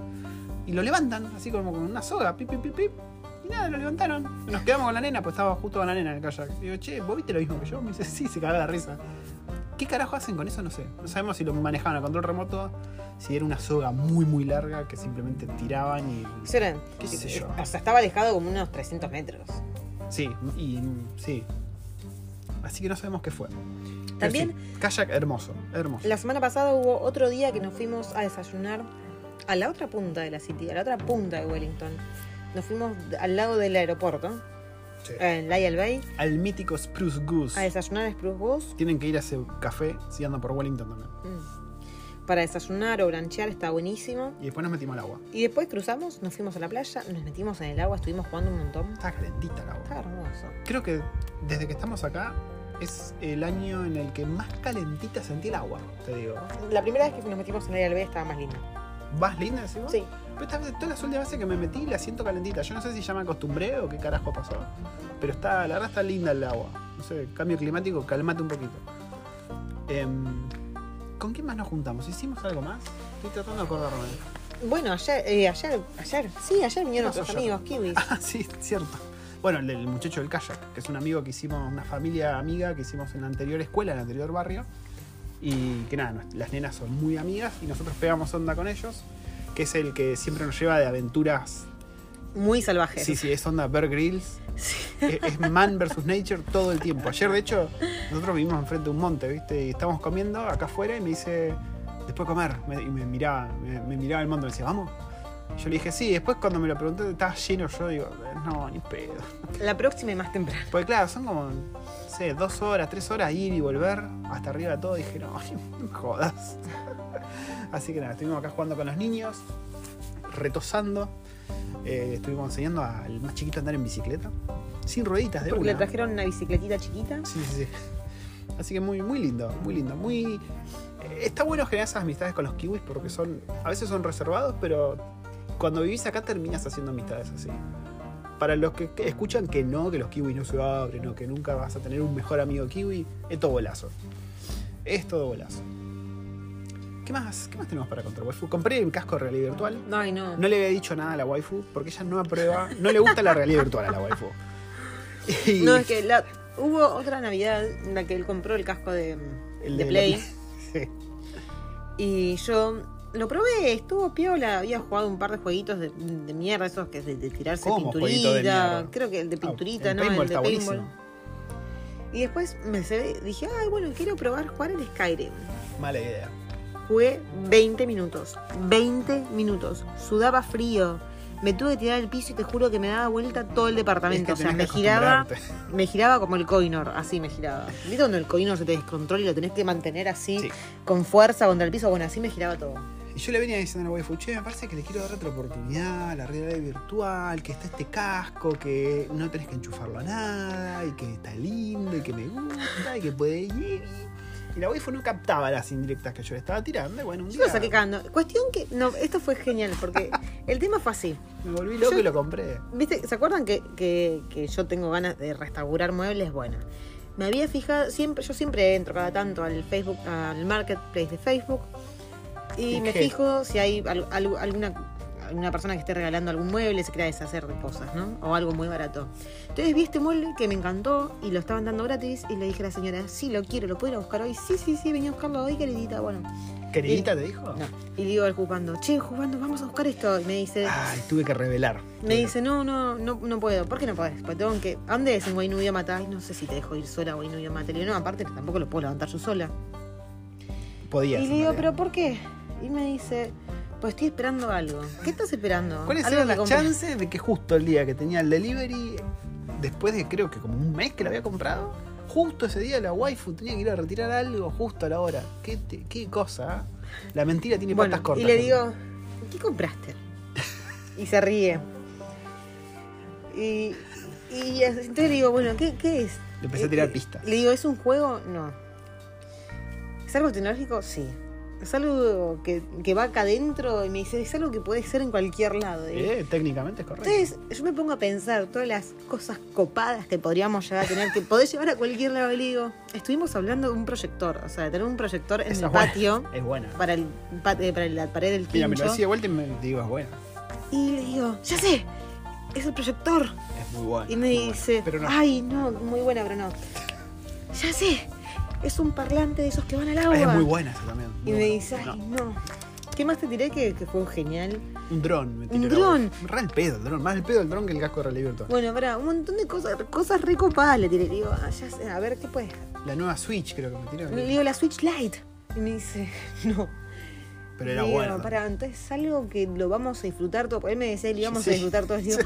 [SPEAKER 1] y lo levantan, así como con una soga, pip, pip, pip, pip. Y nada, lo levantaron. Y nos quedamos con la nena, pues estaba justo con la nena en el kayak. Y digo, che, ¿vos viste lo mismo que yo? Me dice, sí, se cagó de la risa. ¿Qué carajo hacen con eso? No sé. No sabemos si lo manejaban a control remoto, si era una soga muy, muy larga que simplemente tiraban y.
[SPEAKER 2] Eso era-
[SPEAKER 1] ¿Qué sé yo?
[SPEAKER 2] O sea, estaba alejado como unos 300 metros.
[SPEAKER 1] Sí, y. Sí. Así que no sabemos qué fue. Pero
[SPEAKER 2] También
[SPEAKER 1] sí, kayak hermoso, hermoso.
[SPEAKER 2] La semana pasada hubo otro día que nos fuimos a desayunar a la otra punta de la city, a la otra punta de Wellington. Nos fuimos al lado del aeropuerto,
[SPEAKER 1] Sí.
[SPEAKER 2] en Lyell Bay,
[SPEAKER 1] Al mítico Spruce Goose.
[SPEAKER 2] a desayunar a Spruce Goose.
[SPEAKER 1] Tienen que ir a ese café si andan por Wellington también.
[SPEAKER 2] Mm. Para desayunar o branchear está buenísimo.
[SPEAKER 1] Y después nos metimos al agua.
[SPEAKER 2] Y después cruzamos, nos fuimos a la playa, nos metimos en el agua, estuvimos jugando un montón.
[SPEAKER 1] Está calentita el agua.
[SPEAKER 2] Está hermoso.
[SPEAKER 1] Creo que desde que estamos acá es el año en el que más calentita sentí el agua, te digo.
[SPEAKER 2] La primera vez que nos metimos en Lyell Bay estaba más linda.
[SPEAKER 1] ¿Vas linda, decís vos?
[SPEAKER 2] Sí.
[SPEAKER 1] Pero esta vez, todas las últimas veces que me metí la siento calentita. Yo no sé si ya me acostumbré o qué carajo pasó. Pero está, la verdad está linda el agua. No sé, cambio climático, calmate un poquito. Em, ¿Con quién más nos juntamos? ¿Hicimos algo más? Estoy tratando de acordarme. *laughs*
[SPEAKER 2] Bueno, ayer, eh, ayer, ayer, sí, ayer vinieron
[SPEAKER 1] ¿Qué pasó
[SPEAKER 2] nuestros
[SPEAKER 1] ayer?
[SPEAKER 2] amigos, kiwis.
[SPEAKER 1] Ah, sí, cierto. Bueno, el, del muchacho del kayak, que es un amigo que hicimos, una familia amiga que hicimos en la anterior escuela, en el anterior barrio. Y que nada, nos- las nenas son muy amigas y nosotros pegamos onda con ellos, que es el que siempre nos lleva de aventuras.
[SPEAKER 2] Muy salvajes.
[SPEAKER 1] Sí, sí, es onda Bear Grylls.
[SPEAKER 2] Sí.
[SPEAKER 1] *laughs* Es, es man versus nature todo el tiempo. Ayer, de hecho, nosotros vivimos enfrente de un monte, ¿viste? Y estábamos comiendo acá afuera y me dice, después de comer. Me- y me miraba, me, me miraba el monte y me decía, vamos. Yo le dije, sí. Después, cuando me lo pregunté, estaba lleno. Yo digo, no, ni pedo.
[SPEAKER 2] La próxima y más temprano.
[SPEAKER 1] Porque claro, son como, no sé, dos horas, tres horas ir y volver hasta arriba de todo. Dije, no, *laughs* no me jodas. Así que nada, estuvimos acá jugando con los niños, retosando. Eh, estuvimos enseñando al más chiquito a andar en bicicleta. Sin rueditas de
[SPEAKER 2] Porque le
[SPEAKER 1] una.
[SPEAKER 2] trajeron una bicicletita chiquita.
[SPEAKER 1] Sí, sí, sí. Así que muy, muy lindo, muy lindo, muy... eh, Está bueno generar esas amistades con los kiwis porque son... A veces son reservados, pero cuando vivís acá terminas haciendo amistades así. Para los que que escuchan que no, que los kiwis no se abren o que nunca vas a tener un mejor amigo kiwi, es todo bolazo. Es todo bolazo. ¿Qué más? ¿Qué más tenemos para contar, waifu? Compré un casco de realidad virtual.
[SPEAKER 2] Ay, no.
[SPEAKER 1] No le había dicho nada a la waifu porque ella no aprueba, no le gusta la realidad virtual a la waifu. *laughs* Y-
[SPEAKER 2] No, es que la- hubo otra Navidad en la que él compró el casco de,
[SPEAKER 1] El
[SPEAKER 2] de
[SPEAKER 1] de
[SPEAKER 2] Play.
[SPEAKER 1] la- *laughs* Sí.
[SPEAKER 2] Y yo lo probé, estuvo piola. Había jugado un par de jueguitos de, de mierda, esos que es de, de tirarse
[SPEAKER 1] ¿Cómo jueguito de
[SPEAKER 2] pinturita.
[SPEAKER 1] mierda?
[SPEAKER 2] Creo que el de
[SPEAKER 1] Ah,
[SPEAKER 2] pinturita,
[SPEAKER 1] el
[SPEAKER 2] ¿no?
[SPEAKER 1] paintball
[SPEAKER 2] el de
[SPEAKER 1] está
[SPEAKER 2] paintball.
[SPEAKER 1] buenísimo.
[SPEAKER 2] Y después me se- dije, ay, bueno, quiero probar jugar el Skyrim.
[SPEAKER 1] Mala idea.
[SPEAKER 2] Jugué 20 minutos. 20 minutos. Sudaba frío. Me tuve que tirar al piso y te juro que me daba vuelta todo el departamento.
[SPEAKER 1] Es que
[SPEAKER 2] o sea, me
[SPEAKER 1] tenés que
[SPEAKER 2] giraba.
[SPEAKER 1] acostumbrarte.
[SPEAKER 2] Me giraba como el coinor, así me giraba. ¿Viste cuando el coinor se te descontrola y lo tenés que mantener así,
[SPEAKER 1] Sí.
[SPEAKER 2] con fuerza contra el piso? Bueno, así me giraba todo.
[SPEAKER 1] Y yo le venía diciendo a la waifu, che, me parece que le quiero dar otra oportunidad a la realidad virtual, que está este casco, que no tenés que enchufarlo a nada, y que está lindo, y que me gusta, y que puede ir. Y la waifu no captaba las indirectas que yo le estaba tirando, y bueno, un
[SPEAKER 2] Yo
[SPEAKER 1] día
[SPEAKER 2] lo saqué cagando. Cuestión que. No, esto fue genial, porque el tema fue así.
[SPEAKER 1] me volví loco
[SPEAKER 2] Yo-
[SPEAKER 1] y lo compré.
[SPEAKER 2] ¿Viste? ¿Se acuerdan que, que- que yo tengo ganas de restaurar muebles? Bueno, me había fijado, siempre, yo siempre entro cada tanto al Facebook, al marketplace de Facebook, y
[SPEAKER 1] ¿Y
[SPEAKER 2] me
[SPEAKER 1] qué?
[SPEAKER 2] fijo si hay al- al- alguna alguna persona que esté regalando algún mueble, se quiera deshacer de cosas, ¿no? O algo muy barato. Entonces vi este mueble que me encantó y lo estaban dando gratis y le dije a la señora, sí, lo quiero, lo puedo ir a buscar hoy. Sí, sí, sí, venía a buscarlo hoy, queridita. Bueno,
[SPEAKER 1] ¿Queridita te dijo?
[SPEAKER 2] no. Y digo al jugando, che, jugando, vamos a buscar esto. Y me dice,
[SPEAKER 1] Ay, tuve que revelar.
[SPEAKER 2] me dice, no, no, no, no puedo. ¿Por qué no podés? Pues tengo que. ¿A dónde es en Wainuyo Mata? Ay, no sé si te dejo ir sola a Wainuyo Mata. Le digo, no, aparte tampoco lo puedo levantar yo sola.
[SPEAKER 1] Podías.
[SPEAKER 2] y
[SPEAKER 1] en
[SPEAKER 2] le digo,
[SPEAKER 1] realidad.
[SPEAKER 2] ¿pero por qué? Y me dice, pues estoy esperando algo. ¿Qué estás esperando?
[SPEAKER 1] ¿Cuáles
[SPEAKER 2] Algo
[SPEAKER 1] eran
[SPEAKER 2] que
[SPEAKER 1] las
[SPEAKER 2] compré.
[SPEAKER 1] chances de que justo el día que tenía el delivery, después de creo que como un mes que lo había comprado, justo ese día la waifu tenía que ir a retirar algo justo a la hora? ¿Qué, te- qué cosa? ¿eh? La mentira tiene
[SPEAKER 2] Bueno,
[SPEAKER 1] patas cortas.
[SPEAKER 2] y le
[SPEAKER 1] gente.
[SPEAKER 2] digo, ¿qué compraste? Y se ríe. Y, y entonces le digo, bueno, ¿qué, qué es?
[SPEAKER 1] Le
[SPEAKER 2] eh,
[SPEAKER 1] empecé a tirar pistas.
[SPEAKER 2] Le digo, ¿es un juego? No. ¿Es algo tecnológico? Sí. es algo que, que va acá adentro y me dice, es algo que puede ser en cualquier lado. Y-
[SPEAKER 1] Eh, técnicamente es correcto.
[SPEAKER 2] Entonces, yo me pongo a pensar todas las cosas copadas que podríamos llegar a tener, que podés llevar a cualquier lado. Y le digo, estuvimos hablando de un proyector, o sea, de tener un proyector en
[SPEAKER 1] Esa
[SPEAKER 2] el
[SPEAKER 1] es buena.
[SPEAKER 2] patio
[SPEAKER 1] Es buena.
[SPEAKER 2] para, el, pa- eh, para la pared del
[SPEAKER 1] Mira, me
[SPEAKER 2] quincho.
[SPEAKER 1] lo decía de vuelta y me digo, es buena.
[SPEAKER 2] y le digo, ya sé, es el proyector.
[SPEAKER 1] Es muy buena.
[SPEAKER 2] Y me
[SPEAKER 1] muy buena.
[SPEAKER 2] dice,
[SPEAKER 1] Pero no.
[SPEAKER 2] ay, no, muy buena, pero no. Ya sé, es un parlante de esos que van al agua.
[SPEAKER 1] es muy buena esa también. muy
[SPEAKER 2] Y me
[SPEAKER 1] buena.
[SPEAKER 2] dice, ay,
[SPEAKER 1] No,
[SPEAKER 2] no. ¿Qué más te diré que, que fue genial?
[SPEAKER 1] Un dron, me
[SPEAKER 2] un
[SPEAKER 1] tiró la
[SPEAKER 2] dron.
[SPEAKER 1] boca. Re el pedo, el dron. Más el pedo el dron que el casco de Harley Burton.
[SPEAKER 2] Bueno, para un montón de cosas, cosas recopadas le tiré. Le digo, ah, ya sé, a ver, ¿qué puedes?
[SPEAKER 1] La nueva Switch creo que me tiró.
[SPEAKER 2] Le digo, la Switch Lite. Y me dice, *laughs* no.
[SPEAKER 1] Pero era
[SPEAKER 2] Le digo,
[SPEAKER 1] buena.
[SPEAKER 2] Pará, entonces es algo que lo vamos a disfrutar todo. Porque Él me decía, le
[SPEAKER 1] *laughs*
[SPEAKER 2] íbamos
[SPEAKER 1] Sí.
[SPEAKER 2] a disfrutar todo. Y digo,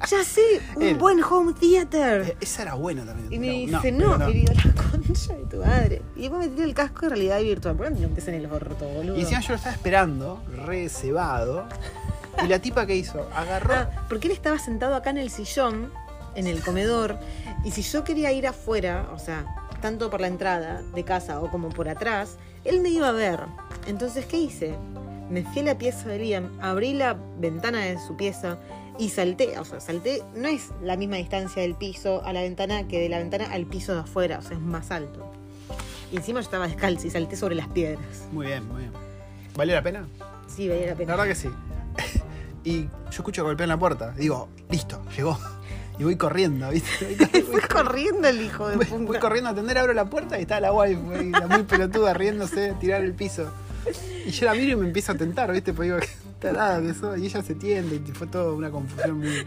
[SPEAKER 2] "Ah, ya sé, un
[SPEAKER 1] Él.
[SPEAKER 2] buen home theater.
[SPEAKER 1] Eh, Esa era buena también.
[SPEAKER 2] Y me
[SPEAKER 1] No,
[SPEAKER 2] dice,
[SPEAKER 1] pero
[SPEAKER 2] no, y digo, la concha de tu madre. Y después me tiré el casco de realidad virtual. ¿Por qué no te lo metes en el orto, boludo?
[SPEAKER 1] Y encima yo lo estaba esperando, re cebado. Y la tipa que hizo, agarró.
[SPEAKER 2] Ah, porque él estaba sentado acá en el sillón, en el comedor, y si yo quería ir afuera, o sea, tanto por la entrada de casa o como por atrás, él me iba a ver. Entonces, ¿qué hice? Me fui a la pieza de Liam, abrí la ventana de su pieza y salté, o sea, salté, no es la misma distancia del piso a la ventana que de la ventana al piso de afuera, o sea, es más alto. Y encima yo estaba descalzo y salté sobre las piedras.
[SPEAKER 1] Muy bien, muy bien. ¿Valió la pena?
[SPEAKER 2] Sí, valía la pena.
[SPEAKER 1] La verdad que sí. *laughs* Y yo escucho que golpean la puerta. Digo, listo, llegó. Y voy corriendo, ¿viste?
[SPEAKER 2] *laughs*
[SPEAKER 1] Voy, cor-
[SPEAKER 2] Fue corriendo el hijo de
[SPEAKER 1] voy-
[SPEAKER 2] puta.
[SPEAKER 1] voy corriendo a atender, abro la puerta y está la wife ahí, la muy pelotuda riéndose, tirar el piso. Y yo la miro y me empiezo a tentar, ¿viste? Pues digo, *laughs* qué tarada que soy. Y ella se tiende y fue toda una confusión muy,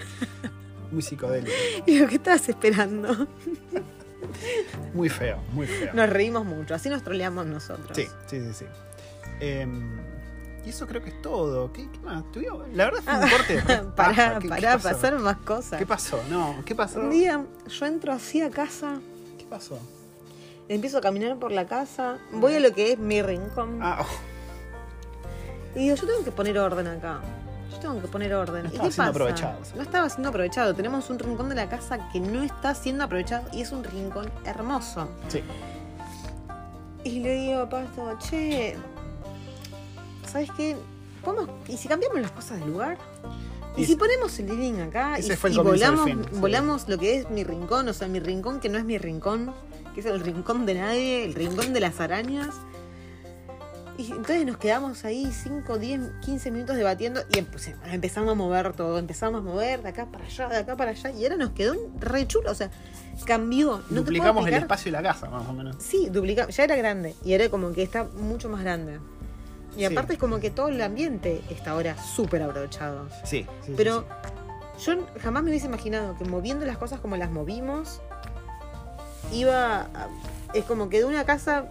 [SPEAKER 1] muy psicodélica.
[SPEAKER 2] Digo, ¿qué estabas esperando?
[SPEAKER 1] Muy feo, muy feo.
[SPEAKER 2] Nos reímos mucho, así nos troleamos nosotros.
[SPEAKER 1] Sí, sí, sí, sí. Em, y eso creo que es todo. ¿Qué, qué más? ¿Tuvimos? La verdad fue un
[SPEAKER 2] *laughs*
[SPEAKER 1] corte. re paja.
[SPEAKER 2] *laughs* Ah, Pará,
[SPEAKER 1] ¿Qué- qué
[SPEAKER 2] pará,
[SPEAKER 1] pasó?
[SPEAKER 2] pasaron más cosas.
[SPEAKER 1] ¿Qué pasó? No, ¿qué pasó?
[SPEAKER 2] Un día yo entro así a casa,
[SPEAKER 1] ¿Qué pasó?
[SPEAKER 2] empiezo a caminar por la casa, voy a lo que es mi rincón
[SPEAKER 1] Ah,
[SPEAKER 2] y digo, yo tengo que poner orden acá. Yo tengo que poner orden.
[SPEAKER 1] No
[SPEAKER 2] ¿Y qué
[SPEAKER 1] estaba
[SPEAKER 2] pasa?
[SPEAKER 1] siendo aprovechado.
[SPEAKER 2] No estaba siendo aprovechado. Tenemos un rincón de la casa que no está siendo aprovechado y es un rincón hermoso.
[SPEAKER 1] sí.
[SPEAKER 2] Y le digo a Pasto, che, ¿sabes qué? ¿Podemos- ¿Y si cambiamos las cosas del lugar? ¿Y,
[SPEAKER 1] Y-
[SPEAKER 2] si ponemos el living acá?
[SPEAKER 1] Ese
[SPEAKER 2] ¿Y,
[SPEAKER 1] fue el
[SPEAKER 2] y
[SPEAKER 1] comienzo del
[SPEAKER 2] volamos,
[SPEAKER 1] fin, sí.
[SPEAKER 2] volamos lo que es mi rincón? O sea, mi rincón que no es mi rincón, que es el rincón de nadie, el rincón de las arañas. Y entonces nos quedamos ahí 5, 10, 15 minutos debatiendo y empe- empezamos a mover todo, empezamos a mover de acá para allá, de acá para allá. Y ahora nos quedó un re chulo, o sea, cambió. No te puedo
[SPEAKER 1] Duplicamos el
[SPEAKER 2] explicar
[SPEAKER 1] espacio y la casa, más o menos.
[SPEAKER 2] Sí, duplicaba. Ya era grande. Y ahora como que está mucho más grande. Y
[SPEAKER 1] Sí.
[SPEAKER 2] aparte es como que todo el ambiente está ahora súper abrochado.
[SPEAKER 1] Sí. sí,
[SPEAKER 2] Pero
[SPEAKER 1] sí,
[SPEAKER 2] yo jamás me hubiese imaginado que moviendo las cosas como las movimos, iba... a- es como que de una casa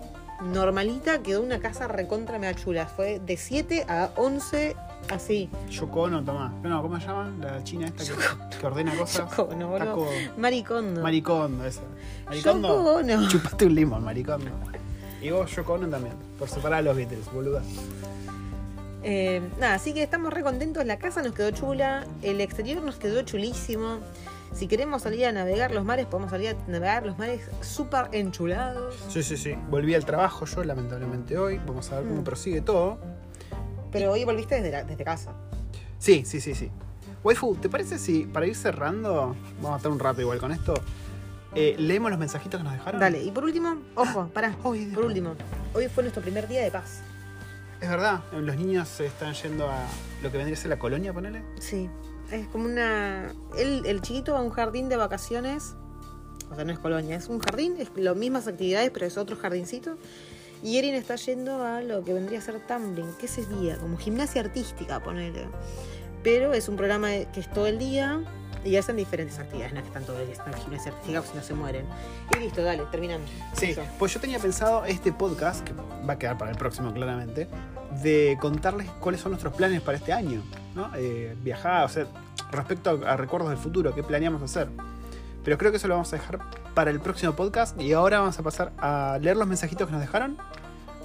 [SPEAKER 2] normalita quedó una casa recontra mega chula. Fue de 7 a 11 así.
[SPEAKER 1] sí. Yocono, tomá. No, no, ¿cómo se llama? La china esta que, que ordena cosas.
[SPEAKER 2] Yoko Ono, boludo.
[SPEAKER 1] Taco.
[SPEAKER 2] Maricondo.
[SPEAKER 1] Maricondo, esa.
[SPEAKER 2] Yoko
[SPEAKER 1] Maricondo.
[SPEAKER 2] Ono.
[SPEAKER 1] Chupaste un limón, maricondo. Y vos, Yocono también. Por separar a los Beatles, boluda.
[SPEAKER 2] Eh, nada, así que estamos re contentos. La casa nos quedó chula, el exterior nos quedó chulísimo. Si queremos salir a navegar los mares, podemos salir a navegar los mares súper enchulados.
[SPEAKER 1] Sí, sí, sí. Volví al trabajo yo, lamentablemente, hoy. Vamos a ver cómo
[SPEAKER 2] Mm.
[SPEAKER 1] prosigue todo.
[SPEAKER 2] Pero hoy volviste desde, la- desde casa.
[SPEAKER 1] Sí, sí, sí, sí. Waifu, ¿te parece si para ir cerrando, vamos a estar un rato igual con esto, eh, leemos los mensajitos que nos dejaron?
[SPEAKER 2] Dale, y por último, ojo, pará.
[SPEAKER 1] Ay, Dios.
[SPEAKER 2] Por último, hoy fue nuestro primer día de paz.
[SPEAKER 1] Es verdad, los niños se están yendo a lo que vendría a ser la colonia, ponele.
[SPEAKER 2] Sí, es como una. El, el chiquito va a un jardín de vacaciones. O sea, no es colonia, es un jardín, es las mismas actividades, pero es otro jardincito. Y Erin está yendo a lo que vendría a ser tumbling, que ese día, como gimnasia artística, ponele. Pero es un programa de- que es todo el día y hacen diferentes actividades, no es que están todo el día están en gimnasia artística, porque si no se mueren. Y listo, dale, terminamos.
[SPEAKER 1] Sí,
[SPEAKER 2] Eso.
[SPEAKER 1] pues yo tenía pensado este podcast, que va a quedar para el próximo claramente, de contarles cuáles son nuestros planes para este año, ¿no? Eh, viajar, o sea, respecto a, a recuerdos del futuro, qué planeamos hacer. Pero creo que eso lo vamos a dejar para el próximo podcast y ahora vamos a pasar a leer los mensajitos que nos dejaron,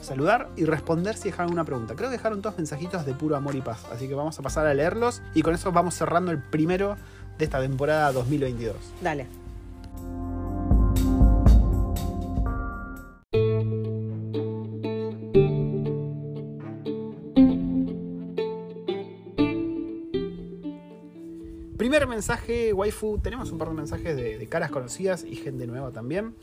[SPEAKER 1] saludar y responder si dejaron una pregunta. Creo que dejaron todos mensajitos de puro amor y paz, así que vamos a pasar a leerlos y con eso vamos cerrando el primero de esta temporada 2022.
[SPEAKER 2] Dale.
[SPEAKER 1] Primer mensaje, waifu. Tenemos un par de mensajes de, de caras conocidas y gente nueva también.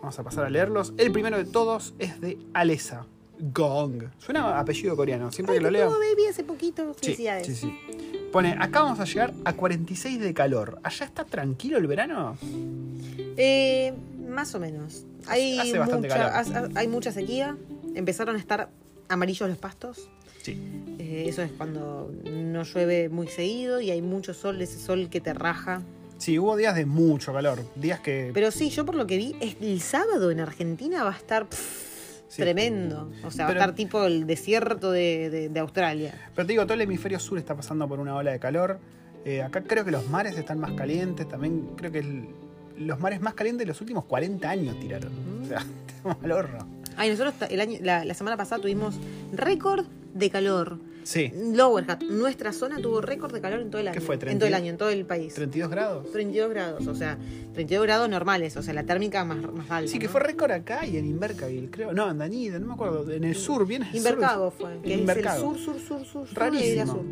[SPEAKER 1] Vamos a pasar a leerlos. El primero de todos es de Alesa. Gong. Suena a apellido coreano. Siempre que lo leo.
[SPEAKER 2] tuvo baby hace poquito. Felicidades.
[SPEAKER 1] sí, sí. Pone, acá vamos a llegar a 46 de calor. ¿Allá está tranquilo el verano?
[SPEAKER 2] Eh, más o menos. Hay,
[SPEAKER 1] hace bastante
[SPEAKER 2] mucha,
[SPEAKER 1] calor.
[SPEAKER 2] has- has- hay mucha sequía. Empezaron a estar amarillos los pastos.
[SPEAKER 1] Sí.
[SPEAKER 2] Eh, eso es cuando no llueve muy seguido y hay mucho sol, ese sol que te raja.
[SPEAKER 1] Sí, hubo días de mucho calor. Días que.
[SPEAKER 2] Pero sí, yo por lo que vi, es- el sábado en Argentina va a estar pff,
[SPEAKER 1] Sí.
[SPEAKER 2] tremendo. O sea,
[SPEAKER 1] Pero-
[SPEAKER 2] va a estar tipo el desierto de, de- de Australia.
[SPEAKER 1] Pero te digo, todo el hemisferio sur está pasando por una ola de calor. Eh, acá creo que los mares están más calientes. También creo que el- los mares más calientes de los últimos 40 años tiraron. O sea, *laughs* estamos al horno.
[SPEAKER 2] Ay, nosotros ta- el año, la, la semana pasada tuvimos récord de calor.
[SPEAKER 1] Sí.
[SPEAKER 2] Lower Hat, nuestra zona tuvo récord de calor en todo el año.
[SPEAKER 1] ¿Qué fue,
[SPEAKER 2] En
[SPEAKER 1] 30?
[SPEAKER 2] todo el año, en todo el país.
[SPEAKER 1] 32 grados.
[SPEAKER 2] 32 grados, o sea, 32 grados normales, o sea, la térmica más, más alta.
[SPEAKER 1] Sí, que
[SPEAKER 2] ¿no?
[SPEAKER 1] fue récord acá y en Invercaville, creo. No, en Danida, no me acuerdo. En el sur, bien. en el sur.
[SPEAKER 2] Invercago fue, que
[SPEAKER 1] Invercago.
[SPEAKER 2] es el sur, sur, sur, sur, sur.
[SPEAKER 1] Rarísimo.
[SPEAKER 2] de Isla Sur.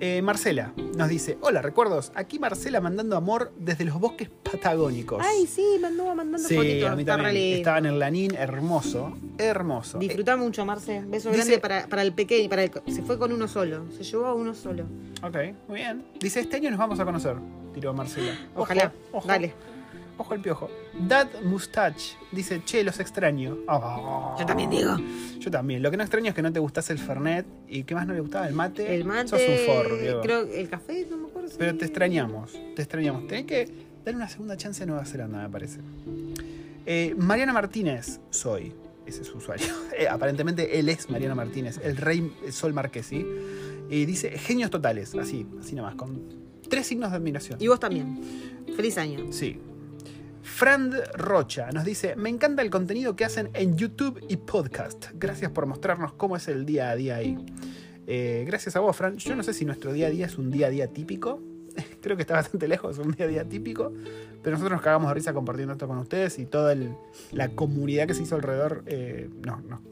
[SPEAKER 1] Eh, Marcela nos dice: Hola, recuerdos. Aquí Marcela mandando amor desde los bosques patagónicos.
[SPEAKER 2] Ay, sí, me anduvo mandando
[SPEAKER 1] Sí,
[SPEAKER 2] fotitos.
[SPEAKER 1] a mí
[SPEAKER 2] está re
[SPEAKER 1] también.
[SPEAKER 2] lindo.
[SPEAKER 1] Estaba en el lanín, hermoso, hermoso.
[SPEAKER 2] Disfrutá mucho, Marce. Beso
[SPEAKER 1] Dice-
[SPEAKER 2] grande para, para el pequeño. Para el- se fue con uno solo. Se llevó a uno solo.
[SPEAKER 1] Eh, ok, muy bien. Dice, este año nos vamos a conocer, tiró Marcela. Ojo,
[SPEAKER 2] Ojalá.
[SPEAKER 1] ojo,
[SPEAKER 2] Dale.
[SPEAKER 1] Ojo al piojo. Dad Mustache dice, che, los extraño. Ah.
[SPEAKER 2] Yo también digo.
[SPEAKER 1] Yo también. Lo que no extraño es que no te gustase el Fernet. ¿Y qué más no le gustaba? El mate.
[SPEAKER 2] El mate.
[SPEAKER 1] Sos un forro, Diego.
[SPEAKER 2] creo que el café, no me acuerdo. si-
[SPEAKER 1] Pero te extrañamos, te extrañamos. Tenés que dar una segunda chance a Nueva Zelanda, me parece. Eh, Mariana Martínez, soy. Ese es su usuario. *laughs* Eh, aparentemente él es Mariana Martínez, el rey Sol Marquesi. Y dice, genios totales, así, así nomás, con tres signos de admiración.
[SPEAKER 2] Y vos también.
[SPEAKER 1] *laughs*
[SPEAKER 2] Feliz año.
[SPEAKER 1] Sí. Fran Rocha nos dice, me encanta el contenido que hacen en YouTube y podcast. Gracias por mostrarnos cómo es el día a día ahí. Eh, gracias a vos, Fran. Yo no sé si nuestro día a día es un día a día típico. *laughs* Creo que está bastante lejos, de un día a día típico. Pero nosotros nos cagamos de risa compartiendo esto con ustedes y toda el- la comunidad que se hizo alrededor. eh, no, no,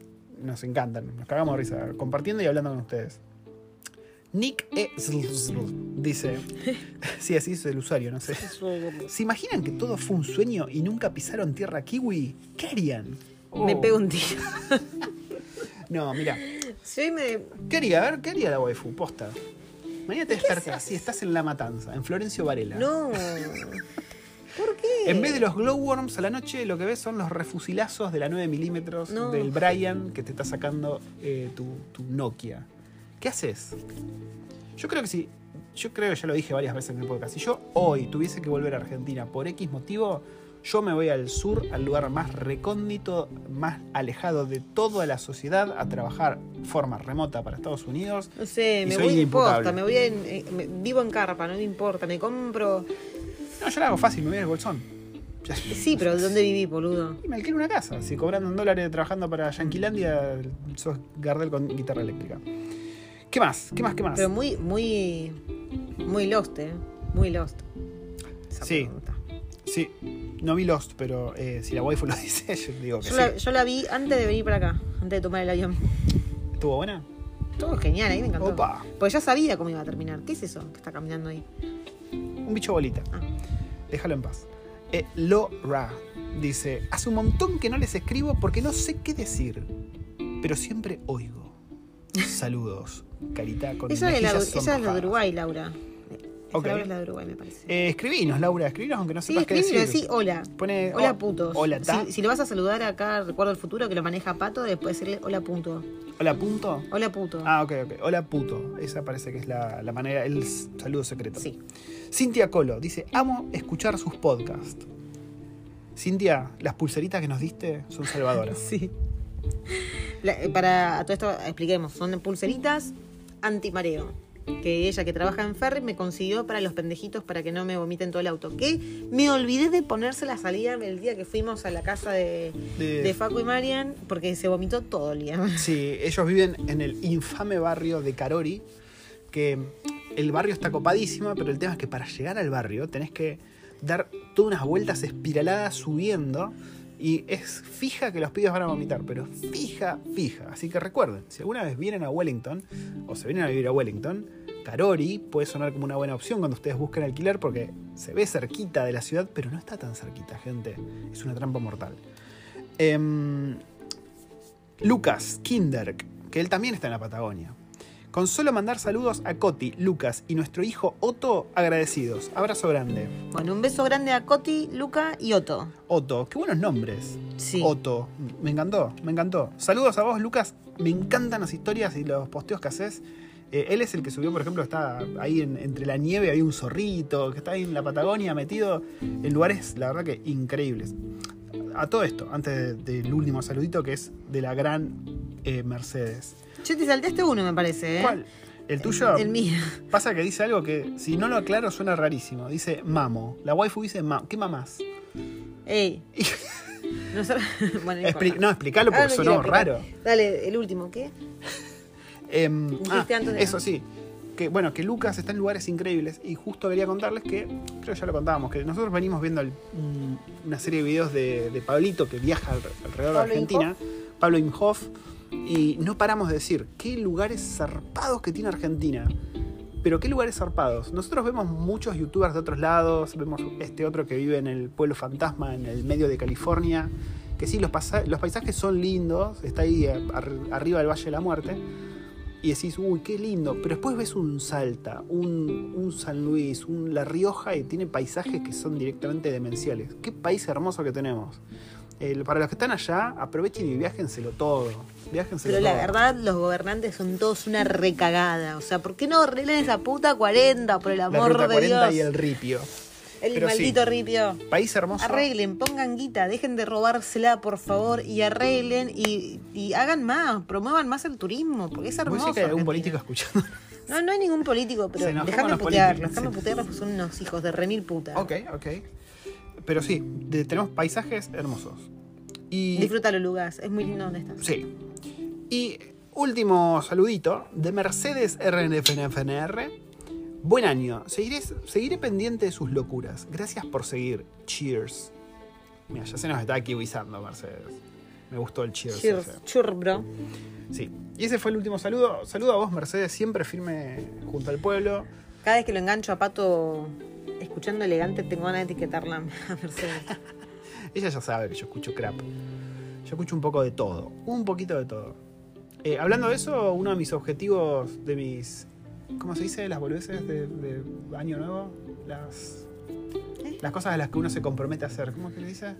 [SPEAKER 1] nos encantan. Nos cagamos de risa compartiendo y hablando con ustedes. Nick E. dice. *laughs* Sí, así es el usuario, no sé. ¿Se imaginan que todo fue un sueño y nunca pisaron tierra kiwi? ¿Qué harían?
[SPEAKER 2] Me
[SPEAKER 1] Oh.
[SPEAKER 2] pego un tiro.
[SPEAKER 1] No, mira.
[SPEAKER 2] Sí, me.
[SPEAKER 1] ¿Qué haría? A ver, ¿qué haría la waifu? Posta. Mañana te despertás
[SPEAKER 2] haces?
[SPEAKER 1] y estás en La Matanza, en Florencio Varela.
[SPEAKER 2] No. ¿Por qué?
[SPEAKER 1] En vez de los glowworms a la noche, lo que ves son los refusilazos de la 9 milímetros
[SPEAKER 2] No.
[SPEAKER 1] del Brian que te está sacando eh, tu, tu Nokia. ¿Qué haces? Yo creo que sí. Yo creo que ya lo dije varias veces en el podcast. Si yo hoy tuviese que volver a Argentina por X motivo, yo me voy al sur, al lugar más recóndito, más alejado de toda la sociedad, a trabajar de forma remota para Estados Unidos.
[SPEAKER 2] No sé,
[SPEAKER 1] Y
[SPEAKER 2] me
[SPEAKER 1] soy
[SPEAKER 2] voy de
[SPEAKER 1] inimputable.
[SPEAKER 2] posta, me voy en, eh, me- vivo en carpa, no me importa, me compro.
[SPEAKER 1] No, yo la hago fácil, me voy al bolsón. Ya-
[SPEAKER 2] Sí, pero ¿dónde viví, boludo?
[SPEAKER 1] Y me alquilo una casa. Si cobrando en dólares trabajando para Yanquilandia, sos Gardel con guitarra eléctrica. ¿Qué más? ¿Qué más? ¿Qué más?
[SPEAKER 2] Pero muy, muy, muy lost, ¿eh? Muy lost. Esa
[SPEAKER 1] Sí.
[SPEAKER 2] pregunta.
[SPEAKER 1] Sí, no vi Lost, pero eh, si la waifu lo *laughs* dice, yo digo que
[SPEAKER 2] Yo,
[SPEAKER 1] sí.
[SPEAKER 2] la, yo la vi antes de venir para acá, antes de tomar el avión.
[SPEAKER 1] ¿Estuvo buena?
[SPEAKER 2] Todo genial, ahí me encantó.
[SPEAKER 1] Opa,
[SPEAKER 2] Pues ya sabía cómo iba a terminar. ¿Qué es eso que está caminando ahí?
[SPEAKER 1] un bicho bolita.
[SPEAKER 2] Ah.
[SPEAKER 1] Déjalo en paz. Eh, Laura dice, hace un montón que no les escribo porque no sé qué decir, pero siempre oigo. Saludos, carita con
[SPEAKER 2] Ella es,
[SPEAKER 1] mejillas
[SPEAKER 2] la, ella es la de
[SPEAKER 1] sonrojadas.
[SPEAKER 2] Uruguay, Laura. Esa
[SPEAKER 1] Ok.
[SPEAKER 2] Laura es la de Uruguay, me parece.
[SPEAKER 1] Eh, escribinos, Laura, escribinos aunque no
[SPEAKER 2] sí,
[SPEAKER 1] sepas qué
[SPEAKER 2] escribí y
[SPEAKER 1] decir.
[SPEAKER 2] decí hola.
[SPEAKER 1] Pone,
[SPEAKER 2] Hola
[SPEAKER 1] oh,
[SPEAKER 2] putos.
[SPEAKER 1] Hola, ta.
[SPEAKER 2] si, si lo vas a saludar acá, recuerdo el futuro que lo maneja Pato, después decirle hola punto.
[SPEAKER 1] Hola, punto.
[SPEAKER 2] Hola puto.
[SPEAKER 1] Ah, ok, ok. Hola, puto. Esa parece que es la, la manera, el s- saludo secreto.
[SPEAKER 2] Sí.
[SPEAKER 1] Cintia Colo dice: Amo escuchar sus podcasts. Cintia, las pulseritas que nos diste son salvadoras.
[SPEAKER 2] Sí. eh, para a todo esto expliquemos, son pulseritas antimareo. Que ella que trabaja en Ferry me consiguió para los pendejitos para que no me vomiten todo el auto. Que me olvidé de ponérsela a salida el día que fuimos a la casa de,
[SPEAKER 1] De-
[SPEAKER 2] de Facu y Marian porque se vomitó todo el día. *laughs*
[SPEAKER 1] Sí, ellos viven en el infame barrio de Carori, que el barrio está copadísimo, pero el tema es que para llegar al barrio tenés que dar todas unas vueltas espiraladas subiendo y es fija que los pibes van a vomitar, pero fija, fija. Así que recuerden, si alguna vez vienen a Wellington o se vienen a vivir a Wellington, Karori puede sonar como una buena opción cuando ustedes busquen alquiler porque se ve cerquita de la ciudad, pero no está tan cerquita, gente. Es una trampa mortal. Em, Lucas Kinderk, que él también está en la Patagonia. Con solo mandar saludos a Coti, Lucas y nuestro hijo Otto, agradecidos. Abrazo grande.
[SPEAKER 2] Bueno, un beso grande a Coti, Luca y Otto.
[SPEAKER 1] Otto, qué buenos nombres.
[SPEAKER 2] Sí.
[SPEAKER 1] Otto, me encantó, me encantó. Saludos a vos, Lucas. Me encantan las historias y los posteos que haces. Eh, él es el que subió, por ejemplo, está ahí en- entre la nieve, había un zorrito, que está ahí en la Patagonia metido en lugares, la verdad que increíbles. A todo esto, antes de- del último saludito, que es de la gran eh, Mercedes.
[SPEAKER 2] Yo te saltaste uno, me parece, ¿eh?
[SPEAKER 1] ¿Cuál? ¿El tuyo?
[SPEAKER 2] El mío.
[SPEAKER 1] Pasa que dice algo que, si no lo aclaro, suena rarísimo. Dice mamo. La waifu dice, ma ¿qué mamás? *laughs*
[SPEAKER 2] Ey. No sab- *laughs* bueno, no importa.
[SPEAKER 1] Expli- no, explícalo porque
[SPEAKER 2] Ah, no
[SPEAKER 1] sonó
[SPEAKER 2] quiero explicar.
[SPEAKER 1] raro.
[SPEAKER 2] Dale, el último, ¿qué?
[SPEAKER 1] Em, ah,
[SPEAKER 2] Dijiste antes de-
[SPEAKER 1] eso sí. Que, bueno, que Lucas está en lugares increíbles. Y justo quería contarles que, creo que ya lo contábamos, que nosotros venimos viendo el- un- una serie de videos de, de Pablito que viaja al- alrededor de
[SPEAKER 2] Pablo
[SPEAKER 1] Argentina, Pablo Imhoff, y no paramos de decir qué lugares zarpados que tiene Argentina. Pero qué lugares zarpados. Nosotros vemos muchos youtubers de otros lados, vemos este otro que vive en el pueblo fantasma, en el medio de California, que sí, los, pasa- los paisajes son lindos, está ahí eh, ar- arriba del Valle de la Muerte, y decís, uy, qué lindo, pero después ves un Salta, un, un San Luis, un La Rioja, y tiene paisajes que son directamente demenciales. Qué país hermoso que tenemos. Eh, para los que están allá, aprovechen y viájenselo todo. Viájenselo
[SPEAKER 2] Pero la
[SPEAKER 1] todo.
[SPEAKER 2] verdad, los gobernantes son todos una recagada. O sea, ¿por qué no arreglan esa puta 40, por el
[SPEAKER 1] la
[SPEAKER 2] amor
[SPEAKER 1] Ruta
[SPEAKER 2] de
[SPEAKER 1] 40
[SPEAKER 2] Dios?
[SPEAKER 1] y el ripio.
[SPEAKER 2] El
[SPEAKER 1] Pero
[SPEAKER 2] maldito
[SPEAKER 1] sí.
[SPEAKER 2] ripio.
[SPEAKER 1] País hermoso.
[SPEAKER 2] Arreglen, pongan guita, dejen de robársela, por favor, y arreglen y, y hagan más, promuevan más el turismo, porque es hermoso.
[SPEAKER 1] Muy cerca de algún político
[SPEAKER 2] Argentina.
[SPEAKER 1] escuchando.
[SPEAKER 2] No, no hay ningún político,
[SPEAKER 1] Se
[SPEAKER 2] pero
[SPEAKER 1] enojó con
[SPEAKER 2] déjame
[SPEAKER 1] los
[SPEAKER 2] putearlos,
[SPEAKER 1] políticos.
[SPEAKER 2] déjame putearlos, porque son unos hijos de remil puta.
[SPEAKER 1] ok, ok. Pero sí, de- tenemos paisajes hermosos. Y
[SPEAKER 2] Disfrútalo, Lugas, es muy lindo donde estás.
[SPEAKER 1] Sí. Y último saludito de Mercedes RNFNFNR. Buen año. Seguiré, seguiré pendiente de sus locuras. Gracias por seguir. Cheers. Mira, ya se nos está kiwizando, Mercedes. Me gustó el cheers.
[SPEAKER 2] Cheers, chur, bro.
[SPEAKER 1] ese. Sí. Y ese fue el último saludo. Saludo a vos, Mercedes, siempre firme junto al pueblo.
[SPEAKER 2] Cada vez que lo engancho a Pato escuchando elegante, tengo ganas de etiquetarla a Mercedes.
[SPEAKER 1] Ella ya sabe que yo escucho crap. Yo escucho un poco de todo, un poquito de todo. Eh, hablando de eso, uno de mis objetivos, de mis. ¿Cómo se dice? Las boludeces de, de Año Nuevo. Las,
[SPEAKER 2] ¿Eh?
[SPEAKER 1] las cosas a las que uno se compromete a hacer. ¿Cómo es que le dice?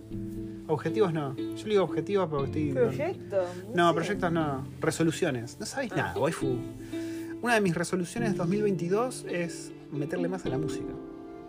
[SPEAKER 1] Objetivos no. Yo le digo objetivos porque estoy. No, proyectos no. Resoluciones. No sabéis nada, waifu. Una de mis resoluciones 2022 es meterle más a la música.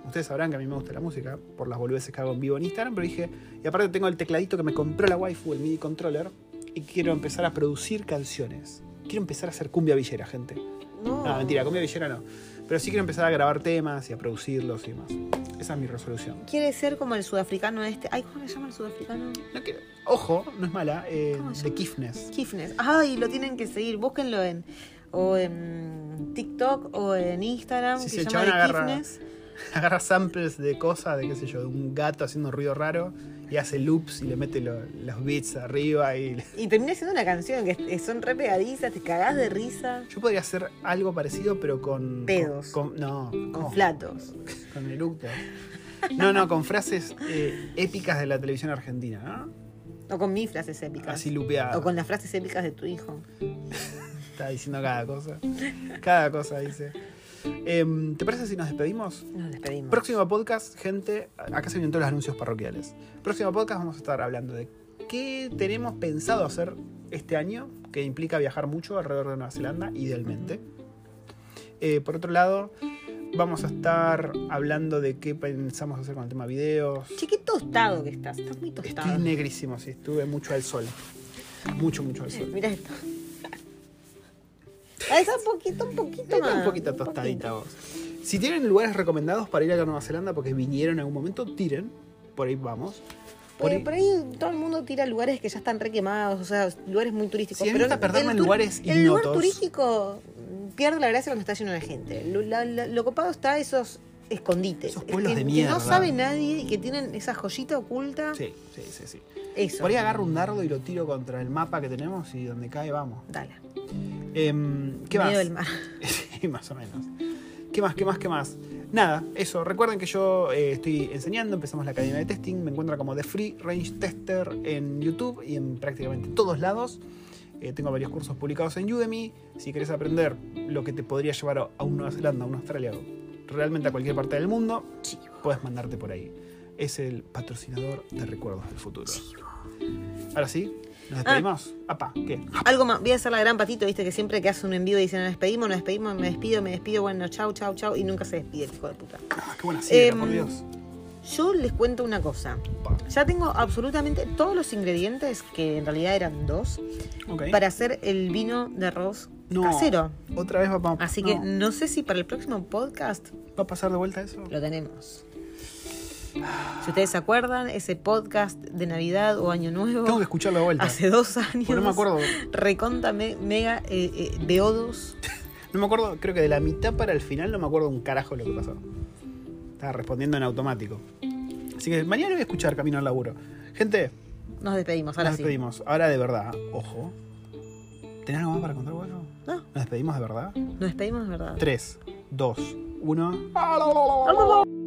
[SPEAKER 1] Ustedes sabrán que a mí me gusta la música por las boludeces que hago en vivo en Instagram, pero dije, y aparte tengo el tecladito que me compró la waifu, el MIDI controller, y quiero empezar a producir canciones. Quiero empezar a hacer cumbia villera, gente.
[SPEAKER 2] No,
[SPEAKER 1] No, mentira, cumbia villera no. Pero sí quiero empezar a grabar temas y a producirlos y demás. Esa es mi resolución.
[SPEAKER 2] Quiere ser como el sudafricano este. Ay, ¿cómo se llama el sudafricano?
[SPEAKER 1] No quiero- ojo, no es mala, eh,
[SPEAKER 2] ¿Cómo se
[SPEAKER 1] de
[SPEAKER 2] llama?
[SPEAKER 1] Kifnes.
[SPEAKER 2] Kifnes. Ay, lo tienen que seguir. Búsquenlo en o en TikTok o en Instagram.
[SPEAKER 1] Sí,
[SPEAKER 2] que
[SPEAKER 1] sí,
[SPEAKER 2] se
[SPEAKER 1] el
[SPEAKER 2] llama
[SPEAKER 1] chabón
[SPEAKER 2] The
[SPEAKER 1] agarra-
[SPEAKER 2] Kifnes.
[SPEAKER 1] agarra samples de cosas, de qué sé yo, de un gato haciendo ruido raro y hace loops y le mete lo- los beats arriba y le-
[SPEAKER 2] Y termina siendo una canción que es- son re pegadizas, te cagás de risa.
[SPEAKER 1] yo podría hacer algo parecido pero con
[SPEAKER 2] Pedos.
[SPEAKER 1] con, con- no,
[SPEAKER 2] Con
[SPEAKER 1] no,
[SPEAKER 2] flatos.
[SPEAKER 1] con eructos. No, no, con frases eh, épicas de la televisión argentina, ¿no?
[SPEAKER 2] O con mis frases épicas.
[SPEAKER 1] Así lupeadas.
[SPEAKER 2] O con las frases épicas de tu hijo.
[SPEAKER 1] Está diciendo cada cosa. Cada cosa dice. Em, ¿Te parece si nos despedimos?
[SPEAKER 2] Nos despedimos.
[SPEAKER 1] Próximo podcast, gente, acá se vienen todos los anuncios parroquiales. Próximo podcast vamos a estar hablando de qué tenemos pensado hacer este año, que implica viajar mucho alrededor de Nueva Zelanda, idealmente. Eh, por otro lado, vamos a estar hablando de qué pensamos hacer con el tema videos.
[SPEAKER 2] Che, qué tostado que estás. Estás muy tostado.
[SPEAKER 1] Estoy negrísimo, sí, estuve mucho al sol. Mucho, mucho al sol.
[SPEAKER 2] Mira esto. Ahí está un poquito, un poquito
[SPEAKER 1] Está
[SPEAKER 2] más.
[SPEAKER 1] un poquito tostadita vos. Si tienen lugares recomendados para ir a Nueva Zelanda porque vinieron en algún momento, tiren. Por ahí vamos. Por
[SPEAKER 2] Pero por ahí todo el mundo tira lugares que ya están re quemados, o sea, lugares muy turísticos.
[SPEAKER 1] Sí, a mí me
[SPEAKER 2] pero
[SPEAKER 1] gusta perderme en
[SPEAKER 2] el tur-
[SPEAKER 1] lugares
[SPEAKER 2] El lugar
[SPEAKER 1] ignotos.
[SPEAKER 2] turístico pierde la gracia cuando está lleno de gente. Lo, la- la- lo copado está esos escondites.
[SPEAKER 1] Esos pueblos
[SPEAKER 2] que,
[SPEAKER 1] de
[SPEAKER 2] que
[SPEAKER 1] mierda.
[SPEAKER 2] no sabe nadie y que tienen esa joyita oculta.
[SPEAKER 1] Sí, sí, sí, sí.
[SPEAKER 2] Eso.
[SPEAKER 1] Por ahí agarro un dardo y lo tiro contra el mapa que tenemos y donde cae vamos.
[SPEAKER 2] Dale.
[SPEAKER 1] Em, ¿Qué
[SPEAKER 2] Medio
[SPEAKER 1] más?
[SPEAKER 2] del mar.
[SPEAKER 1] *laughs* Sí, más o menos. ¿Qué más, qué más, qué más? Nada, eso. Recuerden que yo eh, estoy enseñando, empezamos la academia de testing. Me encuentro como The Free Range Tester en YouTube y en prácticamente todos lados. Eh, tengo varios cursos publicados en Udemy. Si querés aprender lo que te podría llevar a, a un Nueva Zelanda, a un Australia, o realmente a cualquier parte del mundo, puedes mandarte por ahí. Es el patrocinador de Recuerdos del Futuro. Ahora sí, nos despedimos. Apa, ¿qué?
[SPEAKER 2] Algo más, voy a hacer la gran patito, viste que siempre que hace un envío dicen nos despedimos, nos despedimos, me despido, me despido, bueno, chau, chau, chau, y nunca se despide el hijo de puta.
[SPEAKER 1] Ah, qué buena sidra,
[SPEAKER 2] Em,
[SPEAKER 1] por Dios.
[SPEAKER 2] Yo les cuento una cosa.
[SPEAKER 1] Pa.
[SPEAKER 2] Ya tengo absolutamente todos los ingredientes, que en realidad eran dos,
[SPEAKER 1] Ok.
[SPEAKER 2] para hacer el vino de arroz
[SPEAKER 1] No,
[SPEAKER 2] casero.
[SPEAKER 1] Otra vez va, pa-
[SPEAKER 2] Así
[SPEAKER 1] no.
[SPEAKER 2] que no sé si para el próximo podcast
[SPEAKER 1] ¿Va a pasar de vuelta eso?
[SPEAKER 2] lo tenemos. Si ustedes se acuerdan, ese podcast de Navidad o Año Nuevo,
[SPEAKER 1] Tengo que escucharlo de vuelta.
[SPEAKER 2] hace dos años,
[SPEAKER 1] Porque no me acuerdo.
[SPEAKER 2] reconta me- mega eh, eh, beodos.
[SPEAKER 1] No me acuerdo, creo que de la mitad para el final no me acuerdo un carajo lo que pasó. Estaba respondiendo en automático. Así que mañana voy a escuchar Camino al Laburo. Gente,
[SPEAKER 2] Nos despedimos, ahora
[SPEAKER 1] nos
[SPEAKER 2] sí.
[SPEAKER 1] despedimos. Ahora de verdad, ojo. ¿Tenés algo más para contar, Guayo?
[SPEAKER 2] No.
[SPEAKER 1] ¿Nos despedimos de verdad?
[SPEAKER 2] Nos despedimos, de ¿verdad?
[SPEAKER 1] 3, 2, 1.